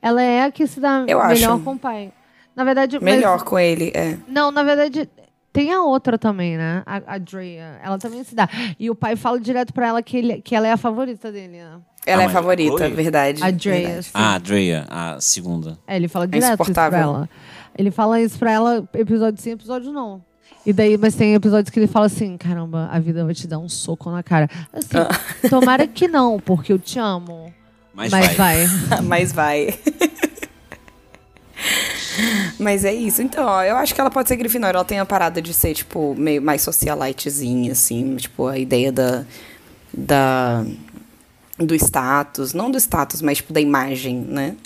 Ela é a que se dá Eu melhor acho. com o pai. Na verdade... mas- Melhor com ele, é. Não, na verdade, tem a outra também, né? A, a Drea. Ela também se dá. E o pai fala direto pra ela que, ele- que ela é a favorita dele, né? Ela Ah, é mas a favorita, Chloe? verdade. A Drea, verdade. sim. Ah, a Drea, a segunda. É, ele fala direto isso pra insuportável. ela. Ele fala isso pra ela, episódio sim, episódio não. E daí, mas tem episódios que ele fala assim: caramba, a vida vai te dar um soco na cara. Assim, Ah. tomara que não, porque eu te amo. Mas, vai. Mas vai. Mas é isso. Então, ó, eu acho que ela pode ser Grifinória. Ela tem a parada de ser, tipo, meio mais socialitezinha, assim. Tipo, a ideia da... da do status. Não do status, mas, tipo, da imagem, né?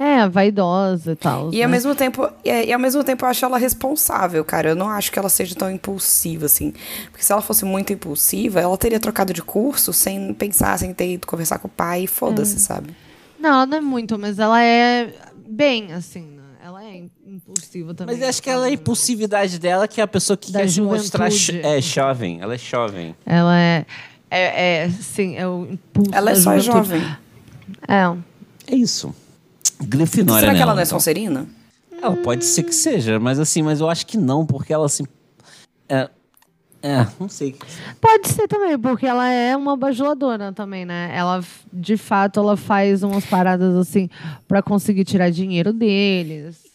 É, vaidosa e tal. E né? ao mesmo tempo, é, e ao mesmo tempo eu acho ela responsável, cara. Eu não acho que ela seja tão impulsiva assim, porque se ela fosse muito impulsiva, ela teria trocado de curso sem pensar, sem ter ido conversar com o pai, e foda-se, sabe? Não, ela não é muito, mas ela é bem, assim, né? Ela é impulsiva também. Mas eu acho que ela é a impulsividade dela, que é a pessoa que Da quer se mostrar cho- juventude. é, jovem. Ela é jovem. Ela é. É, é, sim, é o impulso. Ela é da só juventude. jovem. É. É isso. Grifinória Será que nela. ela não é Sonserina? Ela pode ser que seja, mas assim, mas eu acho que não, porque ela assim. é, É, não sei. Pode ser também, porque ela é uma bajuladora também, né? Ela, de fato, ela faz umas paradas assim pra conseguir tirar dinheiro deles.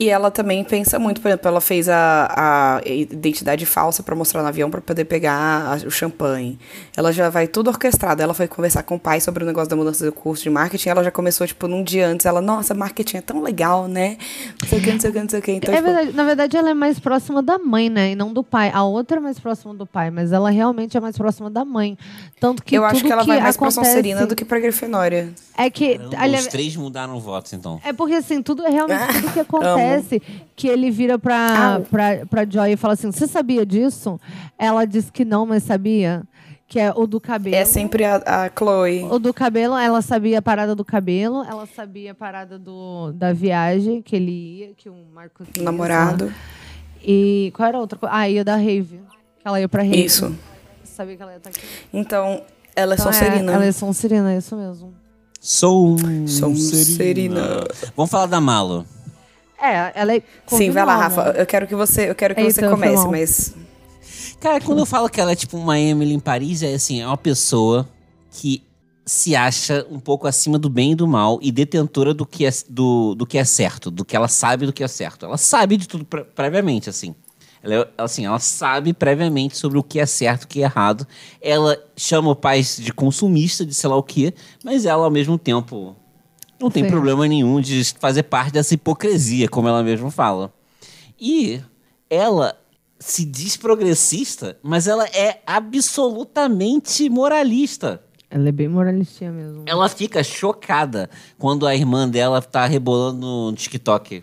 E ela também pensa muito, por exemplo, ela fez a, a identidade falsa para mostrar no avião para poder pegar a- o champanhe. Ela já vai tudo orquestrado. Ela foi conversar com o pai sobre o negócio da mudança do curso de marketing. Ela já começou, tipo, num dia antes. Ela, nossa, marketing é tão legal, né? Não sei o que, não sei o que, não sei o que. Então, é tipo, verdade, na verdade, ela é mais próxima da mãe, né? E não do pai. A outra é mais próxima do pai, mas ela realmente é mais próxima da mãe. Tanto que eu acho tudo que ela vai mais acontece pra Sonserina do que pra Grifinória. É que. Caramba, aliás, os três mudaram votos, então. É porque assim, tudo é Ah, realmente tudo que acontece que ele vira pra, Au. pra, pra Joy e fala assim: Você sabia disso? Ela diz que não, mas sabia. Que é o do cabelo. É sempre a, a Chloe. O do cabelo, ela sabia a parada do cabelo, ela sabia a parada do, da viagem que ele ia, que o Marco O tinha, sei namorado. lá. E qual era a outra coisa? Ah, ia da Rave. Que ela ia pra Rave. Isso. Sabia que ela ia estar aqui. Então, ela é Então, Sonserina. É, ela é Sonserina, é isso mesmo. Sou Sonserina. Vamos falar da Malo. É, ela é. Sim, vai lá, Convenhamos. Rafa. Eu quero que você, eu quero que É você isso, comece, foi mal. mas Cara, quando eu falo que ela é tipo uma Emily em Paris, é assim, é uma pessoa que se acha um pouco acima do bem e do mal e detentora do que é, do, do que é certo, do que ela sabe do que é certo. Ela sabe de tudo pre- previamente, assim. Ela, é- assim, ela sabe previamente sobre o que é certo e o que é errado. Ela chama o pai de consumista, de sei lá o quê, mas ela, ao mesmo tempo, não tem Sim. problema nenhum de fazer parte dessa hipocrisia, como ela mesma fala. E ela se diz progressista, mas ela é absolutamente moralista. Ela é bem moralistinha mesmo. É Ela fica chocada quando a irmã dela tá rebolando no TikTok.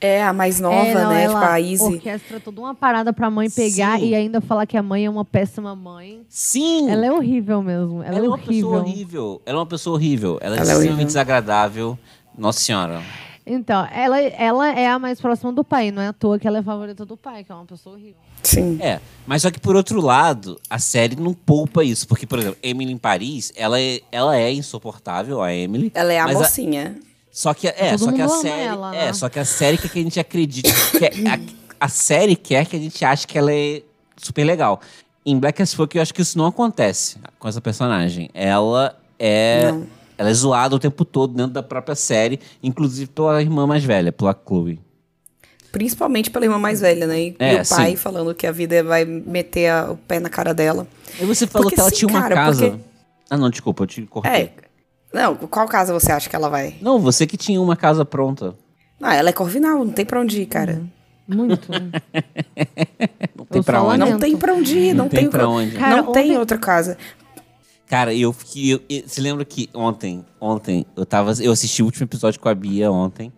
é a mais nova, É, não, né? Tipo, ela a Izzy. orquestra toda uma parada pra mãe pegar Sim. e ainda falar que a mãe é uma péssima mãe. Sim! Ela é horrível mesmo. Ela, Ela é uma horrível. pessoa horrível. Ela é uma pessoa horrível. Ela é Ela é extremamente horrível. desagradável. Nossa senhora. Então, ela, ela é a mais próxima do pai. Não é à toa que ela é favorita do pai, que é uma pessoa horrível. Sim. É, mas só que por outro lado, a série não poupa isso. Porque, por exemplo, Emily em Paris, ela é, ela é insuportável, a Emily. Ela é a mas mocinha. Só que é, Todo só que a mundo ama série, ela, é, né? só que a série quer que a gente acredite, que é, a, a série quer que a gente ache que ela é super legal. Em Black as Fuck eu acho que isso não acontece com essa personagem. Ela é Não. ela é zoada o tempo todo dentro da própria série, inclusive pela irmã mais velha, pela Chloe. Principalmente pela irmã mais velha, né? E, É, e o pai sim. falando que a vida vai meter a- o pé na cara dela. E você falou Porque que ela sim, tinha uma cara, casa. porque- Ah, não, desculpa, eu te cortei. É. Não, qual casa você acha que ela vai? Não, você que tinha uma casa pronta. Ah, ela é corvinal, não tem pra onde ir, cara. Uhum. Muito. Não tem Eu pra só onde. lamento. Não tem pra onde ir, não, tem pra co- onde. Cara, não tem ontem- outra casa. Cara, eu fiquei. eu- eu- você lembra que ontem, ontem, eu tava. Eu assisti o último episódio com a Bia ontem.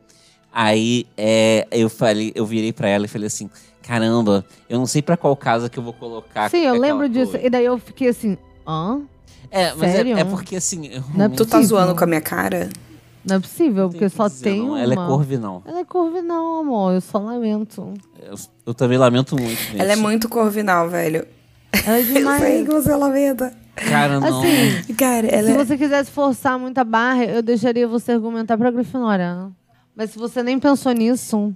Aí é, eu falei, eu virei pra ela e falei assim: caramba, eu não sei pra qual casa que eu vou colocar. Sim, eu é aquela lembro disso. coisa." E daí eu fiquei assim, hã? É, mas é, Sério? é porque assim. eu Não é realmente Tu tá Sim, zoando não. com a minha cara? Não é possível, não tenho porque o que só dizer, tem não. uma. Ela é corvinal. Ela é corvinal, amor. Eu só lamento. Eu, eu também lamento muito. Gente. Ela é muito corvinal, velho. Ela é Eu sei demais. que você lamenta. Cara, não. assim, Cara, Se ela é... você quisesse forçar muito a barra, eu deixaria você argumentar pra Grifinória. Mas se você nem pensou nisso.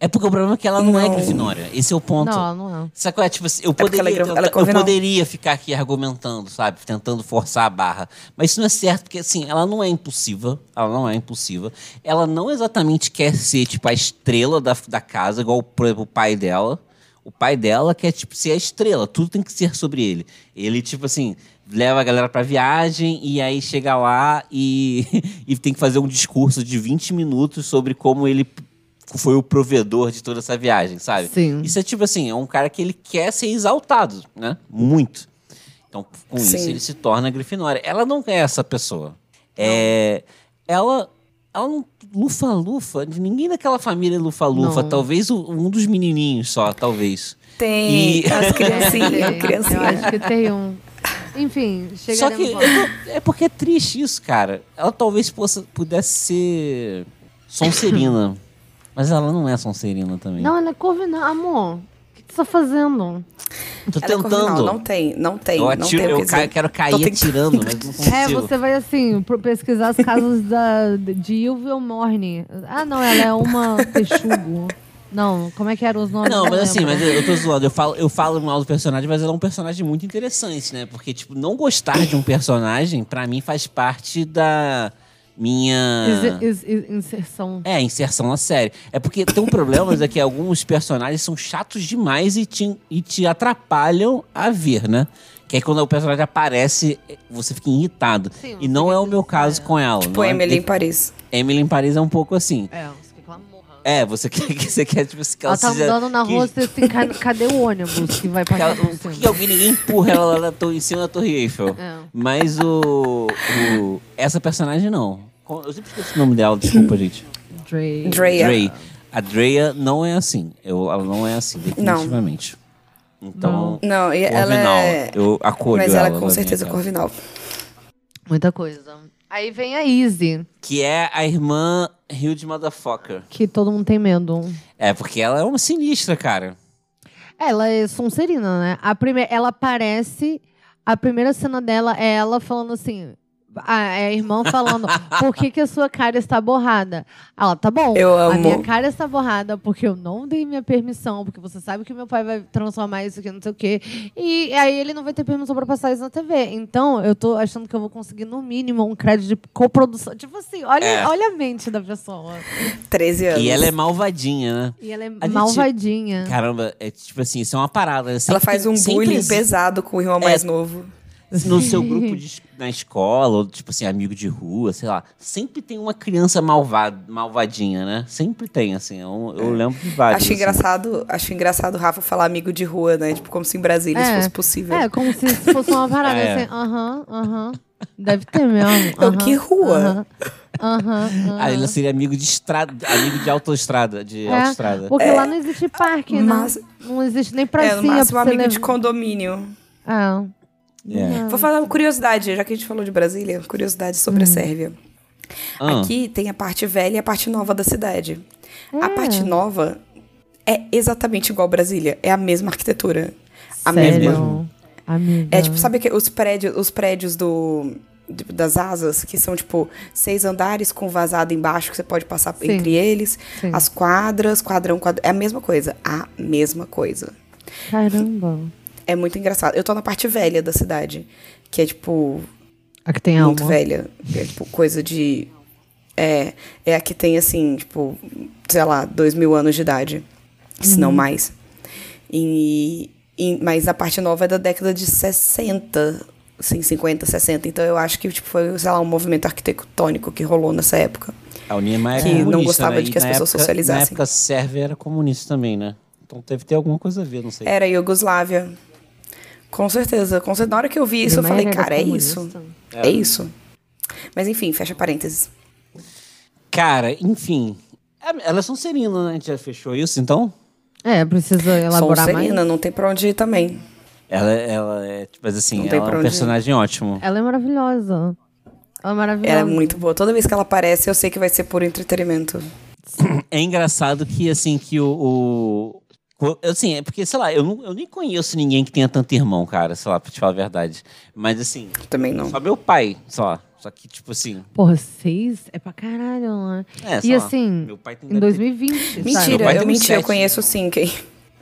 É porque o problema é que ela não, é Não. Grifinória. Esse é o ponto. Não, ela não é. Sabe qual é? Tipo, assim, eu, porque poderia ela é gra- tentar- ela é eu corvinal. poderia ficar aqui argumentando, sabe? Tentando forçar a barra. Mas isso não é certo, porque assim, ela não é impulsiva. Ela não é impulsiva. Ela não exatamente quer ser, tipo, a estrela da, da casa, igual, por exemplo, o pai dela. O pai dela quer, tipo, ser a estrela. Tudo tem que ser sobre ele. Ele, tipo assim, leva a galera pra viagem e aí chega lá e, e tem que fazer um discurso de 20 minutos sobre como ele foi o provedor de toda essa viagem, sabe? Sim. Isso é tipo assim, é um cara que ele quer ser exaltado, né? Muito. Então, com isso, Sim. ele se torna Grifinória. Ela não é essa pessoa. É, ela, ela não lufa-lufa. Ninguém daquela família é lufa-lufa. Não. Talvez o- um dos menininhos só, talvez. Tem E- as criancinhas, Tem, É, Eu criancinha. acho que tem um. Enfim, Só que chegaremos lá. é porque é triste isso, cara. Ela talvez possa, pudesse ser Sonserina. Mas ela não é Sonserina também. Não, ela é corvinal. Amor, o que tu tá fazendo? Tô Ela é corvinal, tentando. não tem, não tem. eu não atiro, tem o eu que ca- dizer. quero Tô cair tentando. atirando, mas não consigo. É, você vai assim, pro- pesquisar as casas da, de Ilville Morning. Ah, não, ela é uma texugo. Não, como é que eram os nomes? Não, mas assim, lembro. mas eu, eu tô zoando. Eu falo, eu falo mal do personagem, mas ele é um personagem muito interessante, né? Porque, tipo, não gostar de um personagem, pra mim, faz parte da minha. Is- is- is- inserção. É, inserção na série. É porque tem um problema é que alguns personagens são chatos demais e te, e te atrapalham a ver, né? Que aí quando o personagem aparece, você fica irritado. Sim, e não fica é o meu caso com ela. Tipo, não é- Emily em Paris. Emily em Paris é um pouco assim. É, você fica lá morrendo. É, você quer, você quer tipo, que ela Ela tá seja- andando na que- rua, você assim, ca- cadê o ônibus que vai Porque ela- passar por Por que é cima? alguém ninguém empurra ela lá na torre, em cima da Torre Eiffel? É. Mas o, o- Essa personagem não. Co- Eu sempre esqueço o nome dela, desculpa, gente. Dre. Drea. Dre. A Drea não é assim. Eu, ela não é assim, definitivamente. Então. Não, e ela Corvinal. é... Eu acolho Mas ela. ela, com na certeza é minha casa. Corvinal. Muita coisa. Aí vem a Izzy, Que é a irmã Huge Motherfucker. que todo mundo tem medo. É, porque ela é uma sinistra, cara. Ela é Sonserina, né? A prime... Ela aparece. A primeira cena dela é ela falando assim. A, é a irmã falando: Por que, que a sua cara está borrada? Ela, tá bom. Eu A amo. minha cara está borrada porque eu não dei minha permissão, porque você sabe que meu pai vai transformar isso aqui, não sei o quê. E aí ele não vai ter permissão pra passar isso na TV. Então, eu tô achando que eu vou conseguir, no mínimo, um crédito de coprodução. Tipo assim, olha, É. olha a mente da pessoa. 13 anos. E ela é malvadinha, né? E ela é gente- malvadinha. Caramba, é tipo assim, isso é uma parada. Ela Sempre faz tem- um sempre bullying existe- pesado com o irmão É. mais novo. Assim, no seu grupo de es- na escola, ou tipo assim, amigo de rua, sei lá, sempre tem uma criança malvada, malvadinha, né? Sempre tem, assim. Eu, eu lembro de vários. É. Acho assim. engraçado, acho engraçado o Rafa falar amigo de rua, né? Tipo, como se em Brasília isso É. fosse possível. É, como se isso fosse uma parada É. assim, aham, aham. Deve ter mesmo. Não, aham, Então, que rua? aham, Aham. aham. Ah, ele seria amigo de estrada, amigo de autoestrada, de É, autoestrada. Porque lá não existe parque, né? Mas- Não existe nem É, pracinha. no máximo pra você amigo de levar- condomínio. Ah, É. Vou falar uma curiosidade, já que a gente falou de Brasília, curiosidade sobre a Hum. Sérvia. Ah, Aqui tem a parte velha e a parte nova da cidade. Ah. A parte nova é exatamente igual Brasília, é a mesma arquitetura. A sério? mesma. Amiga. É tipo, sabe que os prédios, os prédios do de- das asas, que são tipo seis andares com vazado embaixo que você pode passar Sim. entre eles, Sim. as quadras, quadrão, quadrão, é a mesma coisa, a mesma coisa. Caramba. É muito engraçado. Eu tô na parte velha da cidade, que é tipo A que tem muito alma. velha, que é tipo coisa de é, é a que tem assim, tipo, sei lá, dois mil anos de idade, se Uhum. não mais. E, e- mas a parte nova é da década de 60, assim, 50, 60. Então eu acho que tipo, foi, sei lá, um movimento arquitetônico que rolou nessa época. a Unima era que não comunista, gostava né? de E que as na pessoas época- socializassem. Na época, Sérvia era comunista também, né? Então deve ter alguma coisa a ver, não sei. Era Iugoslávia. Com certeza, com certeza. Na hora que eu vi isso, eu Primeira falei, era cara, é comunista. isso. É isso. Mas enfim, fecha parênteses. Cara, enfim. É, Elas são serinas, né? A gente já fechou isso, então? É, um precisa elaborar mais. Sonserina, não tem pra onde ir também. Ela, ela é, tipo, mas assim, Não ela tem pra é um onde ir. personagem ótimo. Ela é maravilhosa. Ela é maravilhosa. Ela é muito boa. Toda vez que ela aparece, eu sei que vai ser por entretenimento. É engraçado que, assim, que o. o- assim, é porque, sei lá, eu, não- eu nem conheço ninguém que tenha tanto irmão, cara, sei lá, pra te falar a verdade. Mas, assim, Também não. só meu pai, sei lá. Só que, tipo assim. Porra, seis é pra caralho, né? É, sei E lá, assim, meu pai tem em 2020. Meu Mentira, pai eu tem menti, eu sete. conheço sim quem.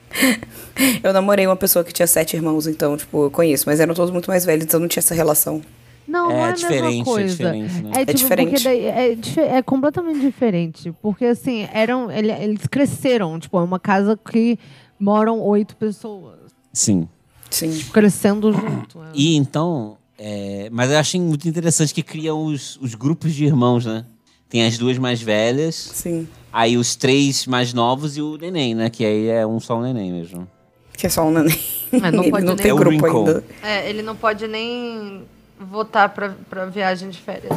eu namorei uma pessoa que tinha sete irmãos, então, tipo, eu conheço, mas eram todos muito mais velhos, então não tinha essa relação. Não, É, não é, é a diferente, é mesma coisa. diferente, né? É, tipo, diferente. porque daí é, dife- é completamente diferente. Porque, assim, eram, ele- eles cresceram. Tipo, é uma casa que moram oito pessoas. Sim. Sim. Crescendo junto. é. E então. é, mas eu achei muito interessante que criam os, os grupos de irmãos, né? Tem as duas mais velhas, Sim. aí os três mais novos e o neném, né? Que aí é um só um neném mesmo. Que é só um neném. É, não Ele pode não nem- né? tem É o grupo Rincon. ainda. É, ele não pode nem votar pra, pra viagem de férias.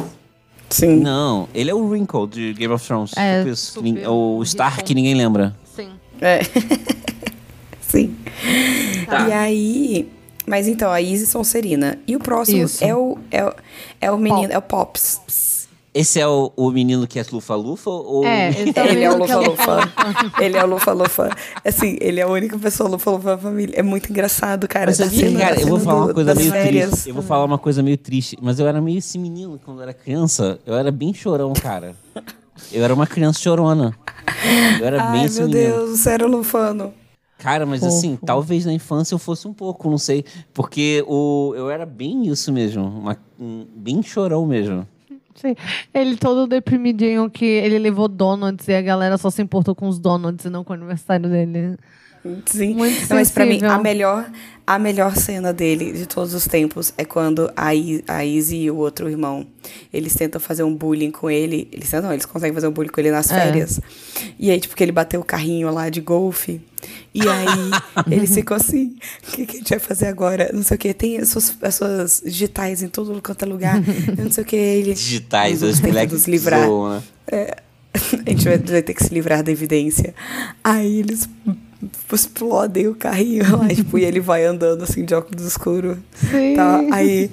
Sim. Não, ele é o Wrinkle de Game of Thrones. É, tipo isso, que super nin- o Stark que ninguém lembra. Sim. É. Sim. Tá. E aí. Mas então, a Izzy Sonserina. E o próximo Isso. é o, é, o- é o menino, é o Pops. Esse é o, o menino que é Lufa-Lufa? Ou... É, ele tá Ele é o vendo que ela- Lufa-Lufa. Ele é o Lufa-Lufa. Assim, ele é a única pessoa Lufa-Lufa da família. É muito engraçado, cara. Tá Mas Da sabia, cena- cara, da eu vou cena falar do- uma coisa das meio férias. triste. Eu vou falar uma coisa meio triste. Mas eu era meio esse menino quando eu era criança. Eu era bem chorão, cara. Eu era uma criança chorona. Eu era Ai, bem meu esse menino. Deus, sério, Lufano. Cara, mas assim, Fofo. talvez na infância eu fosse um pouco, não sei. Porque o, eu era bem isso mesmo. uma- um- bem chorão mesmo. Sim. Ele todo deprimidinho que ele levou donuts e a galera só se importou com os donuts e não com o aniversário dele. Sim. Muito Não, mas pra mim, sensível. a melhor, a melhor cena dele de todos os tempos é quando a, I, a Izzy e o outro irmão, eles tentam fazer um bullying com ele. Eles tentam, não, eles conseguem fazer um bullying com ele nas É. férias. E aí, tipo, que ele bateu o carrinho lá de golfe. E aí, ele ficou assim, o que, que a gente vai fazer agora? Não sei o que, tem as suas, as suas digitais em todo quanto é lugar. Eu não sei o que, ele... Digitais, Vamos os tentar moleques nos livrar. zoam, né? É, A gente vai, vai ter que se livrar da evidência. Aí eles explodem o carrinho lá, tipo, e ele vai andando assim de óculos escuro. Sim. Tá? Aí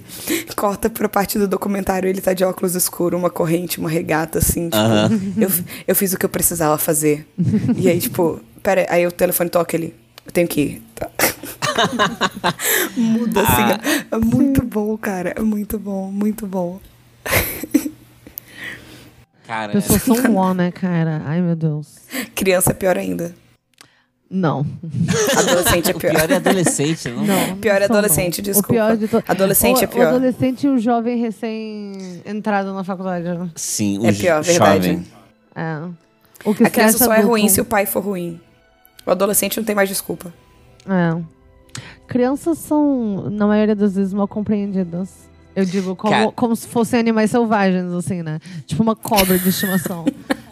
corta pra parte do documentário, ele tá de óculos escuro, uma corrente, uma regata, assim, tipo, Aham. eu, eu fiz o que eu precisava fazer. E aí, tipo, pera, aí o telefone toca ele, eu tenho que ir. Tá. Muda Ah. assim. ó. É muito bom, cara. É muito bom, muito bom. Cara, Pessoas são ó, né, cara? Ai, meu Deus. Criança é pior ainda. Não. Adolescente é o pior é adolescente, não? não Pior é são, não. adolescente, desculpa. O pior de to... Adolescente o, é pior. O adolescente e o jovem recém-entrado na faculdade. né? Sim, o É pior, jovem. verdade. É. O que A se criança acha só é adulto. ruim se o pai for ruim. O adolescente não tem mais desculpa. É. Crianças são, na maioria das vezes, mal compreendidas. Eu digo, como, Cara- como se fossem animais selvagens, assim, né? Tipo uma cobra de estimação.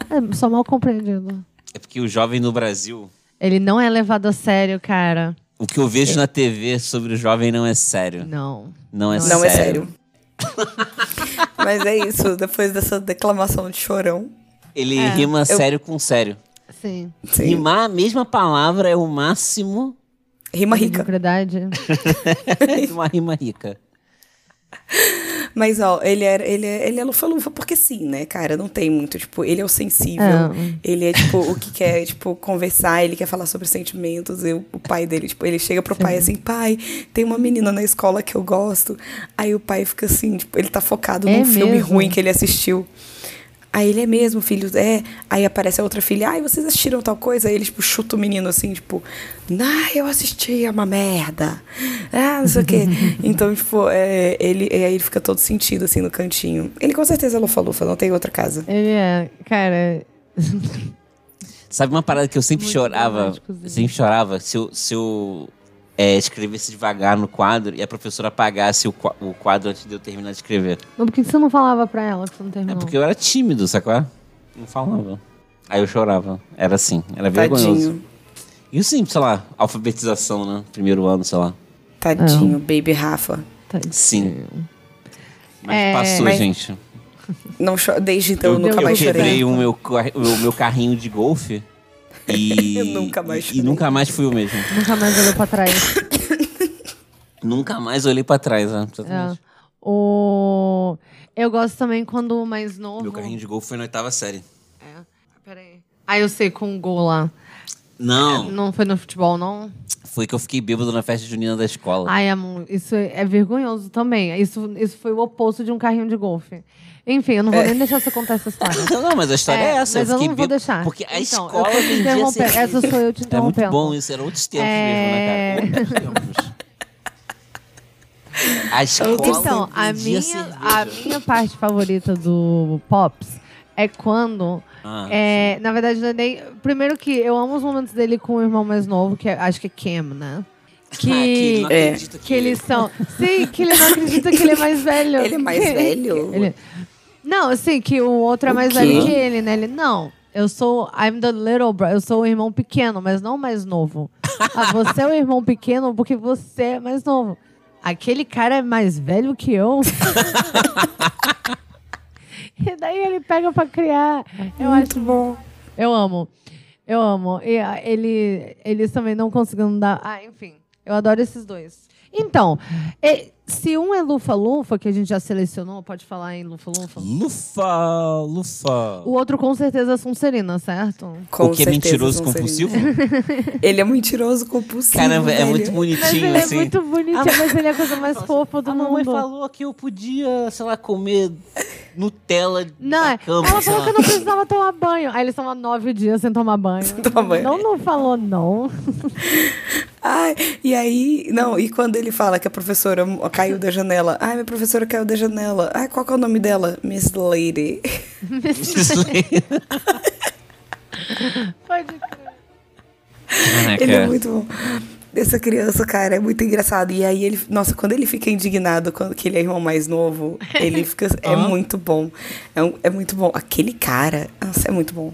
é, só mal compreendido. É porque o jovem no Brasil, Ele não é levado a sério, cara. o que eu vejo É. na TV sobre o jovem não é sério. Não. Não é sério. não é sério. Mas é isso, depois dessa declamação de chorão. Ele É. rima sério com sério. Sim. Sim. Rimar a mesma palavra é o máximo Rima rica. Verdade. de uma rima rica. Mas, ó, ele é, ele é, ele é lufa-lufa, porque sim, né, cara? Não tem muito, tipo, ele é o sensível. É. Ele é, tipo, o que quer, tipo, conversar, ele quer falar sobre sentimentos. E o, o pai dele, tipo, ele chega pro pai assim, pai, tem uma menina na escola que eu gosto. Aí o pai fica assim, tipo, ele tá focado É num filme mesmo? ruim que ele assistiu. Aí ele é mesmo, filho, é. Aí aparece a outra filha, ai, vocês assistiram tal coisa? Aí ele, tipo, chuta o menino assim, tipo, ah, eu assisti, é uma merda. Ah, não sei o quê. então, tipo, é, ele, é, aí ele fica todo sentido, assim, no cantinho. Ele com certeza é lufa-lufa, não tem outra casa. Ele é, cara. Sabe uma parada que eu sempre Muito chorava? dramáticozinho. Eu sempre chorava se eu, se eu é, escrevesse devagar no quadro e a professora apagasse o, qua- o quadro antes de eu terminar de escrever. Mas por que você não falava pra ela que você não É terminou? porque eu era tímido, sacou? Não falava. Aí eu chorava. Era assim, era vergonhoso. Tadinho. E sim, sei lá, alfabetização, né? Primeiro ano, sei lá. Tadinho, baby Rafa. Tadinho. Sim. Mas É, passou, mas- gente. Não cho- Desde então eu, eu, nunca eu mais quebrei chorei. o meu, car- o meu carrinho de golfe. E, Eu nunca mais e, e chorei. nunca mais fui o mesmo. Nunca mais olhou pra trás. Nunca mais olhei pra trás, né? É. Exatamente. O... Eu gosto também quando o mais novo. É, Meu carrinho de golfe foi na oitava série. Peraí. Ah, eu sei, com um gol lá. Não, Não foi no futebol, não? foi que eu fiquei bêbado na festa junina da escola. Ai, amor, isso é é vergonhoso também. Isso, isso foi o oposto de um carrinho de golfe. Enfim, eu não vou nem deixar você contar essa história. Não, não, mas a É. história é, essa. Mas eu, fiquei não vou bêbado, deixar. Porque a Então, escola eu tô te vendia interrompendo. cerveja. Essa sou eu te Era interrompendo. É muito bom isso, eram outros tempos É. mesmo, né, cara? Outros tempos. A escola Então, a vendia minha, a cerveja. minha parte favorita do Pops é quando. Ah, é, na verdade, não é nem. Primeiro que eu amo os momentos dele com o irmão mais novo, que é- acho que é Cam, né? Ah, ele não Que, É. acredita que eles são. Sim, que ele não acredita que ele é mais velho. Ele é mais Que- velho? Ele- Não, assim, que o outro é mais quê? velho que ele, né? Ele, não, eu sou. I'm the little brother. Eu sou o irmão pequeno, mas não o mais novo. Ah, você é o irmão pequeno porque você é mais novo. Aquele cara é mais velho que eu. e daí ele pega pra criar. Eu acho bom. eu amo. Eu amo. E ah, ele, eles também não conseguindo dar. Ah, enfim. Eu adoro esses dois. Então, e- se um é lufa-lufa, que a gente já selecionou, pode falar em lufa-lufa. Lufa, lufa. O outro com certeza é Sonserina, certo? Com o que é certeza, mentiroso Sonserina. compulsivo? Ele é mentiroso compulsivo. Caramba, é velho. muito Mas bonitinho, ele assim. é muito bonitinho, mas ele é a coisa mais fofa do a mundo. mamãe falou que eu podia, sei lá, comer Nutella Não, da é. cama. ela sei falou lá. que não precisava tomar banho. Aí eles estão há nove dias sem tomar banho. Toma banho. Não, não falou não. Ai, e aí, não, e quando ele fala que a professora caiu da janela, ai, minha professora caiu da janela, ai, qual que é o nome dela? Miss Lady. é Pode crer. Caraca. Ele é muito bom. Essa criança, cara, é muito engraçado. E aí ele, nossa, quando ele fica indignado quando que ele é irmão mais novo, ele fica é muito bom. É, um- é muito bom. Aquele cara, nossa, é muito bom.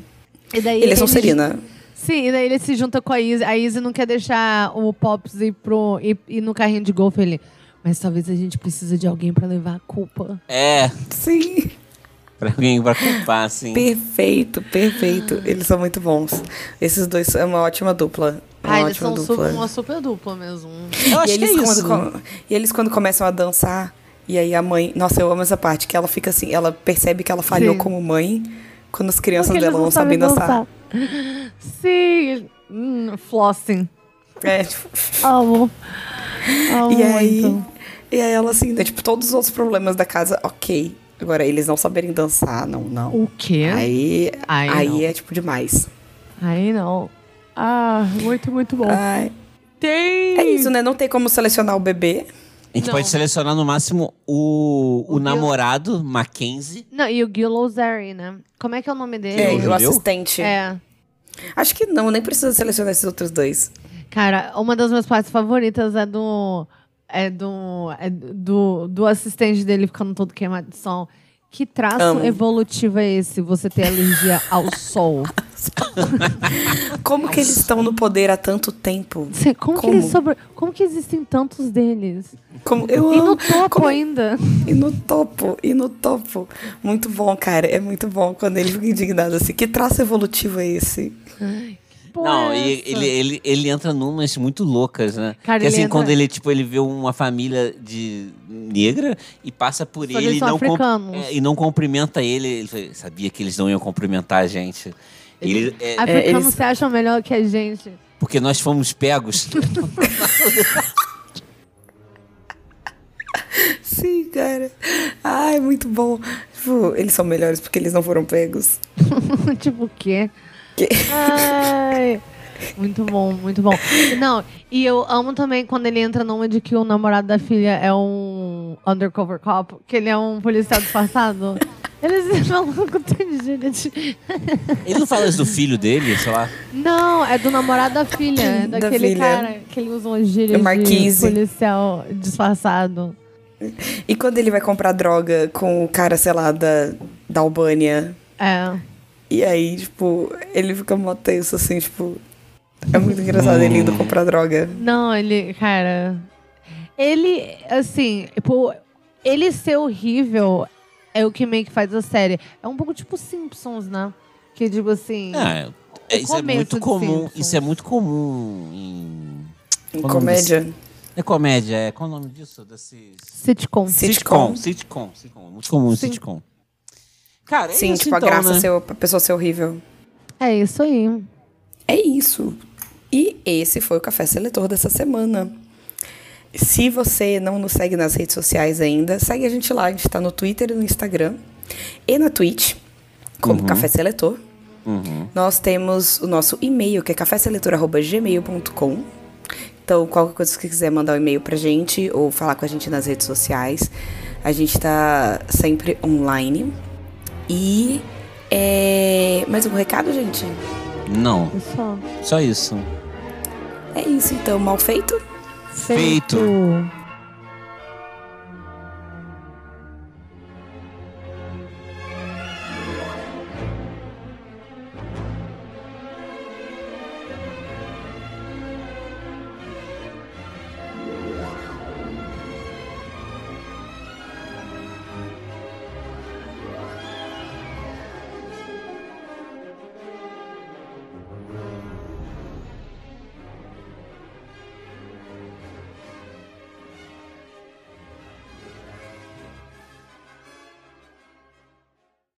E daí Ele é eles- Sonserina. Sim, e daí ele se junta com a Izzy. A Izzy não quer deixar o Pops ir, pro, ir, ir no carrinho de golfe ali. Mas talvez a gente precise de alguém pra levar a culpa. É, Sim. pra alguém pra culpar, assim. Perfeito, perfeito. Eles são muito bons. Esses dois são uma ótima dupla. Uma Ah, eles ótima são su- dupla. uma super dupla mesmo. Eu acho e, eles que é quando, isso. com- e eles quando começam a dançar, e aí a mãe. Nossa, eu amo essa parte, que ela fica assim, ela percebe que ela falhou Sim. como mãe quando as crianças Porque eles dela não, sabem dançar. Sim. Hum, flossing. É, tipo, Amo. Amo e aí. muito. E aí ela assim, né, tipo, todos os outros problemas da casa, ok. Agora, eles não saberem dançar, não, não. O quê? Aí, É? Aí aí, não. é tipo demais. Aí não. Ah, muito, muito bom. Ai, Tem! é isso, né? Não tem como selecionar o bebê. A gente Não. pode selecionar no máximo o, o, O namorado, Mackenzie. Não, e o Gil Lozari, né? Como é que é o nome dele? É, o judeu? o assistente. É. Acho que não, nem precisa selecionar esses outros dois. Cara, uma das minhas partes favoritas é do. É do. É do, do assistente dele ficando todo queimado de sol. Que traço Amo. evolutivo é esse? Você ter alergia ao sol. Como que eles estão no poder há tanto tempo? Cê- Como, Que Como? eles sobre... Como que existem tantos deles? Como eu E no amo. topo Ah, Como- ainda. E no topo, e no topo. Muito bom, cara. É muito bom quando ele fica indignado assim. Que traço evolutivo é esse? Porra, não, e tipo é essa. ele, ele, ele entra numas muito loucas, né? Cara, que ele assim, entra- quando ele, tipo, ele vê uma família de negra e passa por Só que ele eles e são não, com- africanos. é, e não cumprimenta ele. Ele fala, sabia que eles não iam cumprimentar a gente. Ele, é, Africanos eles- se acham melhor que a gente. porque nós fomos pegos. Sim, cara. Ai, muito bom. Tipo, eles são melhores porque eles não foram pegos. tipo o quê? Que- Ai. Muito bom, muito bom. Não, e eu amo também quando ele entra numa de que o namorado da filha é um undercover cop, que ele é um policial disfarçado. Eles falam com tanta gente. ele não fala isso do filho dele, sei lá. Não, é do namorado da filha, é Da daquele filha. cara que ele usa um gíria É de Marquise. policial disfarçado. E quando ele vai comprar droga com o cara, sei lá, da, da Albânia. É. E aí, tipo, ele fica mó tenso assim, tipo. É muito engraçado ele indo comprar droga. Não, ele, cara. Ele, assim, pô, ele ser horrível é o que meio que faz a série. É um pouco tipo Simpsons, né? Que tipo assim. Ah, é- O isso é começo muito de comum. Simpsons. Isso é muito comum em. Em Qual o nome comédia. É comédia, é. Qual o nome disso? Desse. Sitcom. Sitcom. Sitcom, sitcom, sitcom. Muito comum Sim. sitcom. Cara, é Sim, isso tipo, a então, graça né? ser, a pessoa ser horrível. É isso aí. É isso. E esse foi o Café Seletor dessa semana. Se você não nos segue nas redes sociais ainda, segue a gente lá. A gente tá no Twitter e no Instagram. E na Twitch, como Café Seletor. Uhum. Nós temos o nosso e-mail, que é caféseletor.gmail.com. Então, qualquer coisa que quiser mandar um e-mail pra gente ou falar com a gente nas redes sociais. A gente tá sempre online. E. É... Mais algum recado, gente? Não, É só. só isso. É isso, então. Mal feito? Feito. Feito.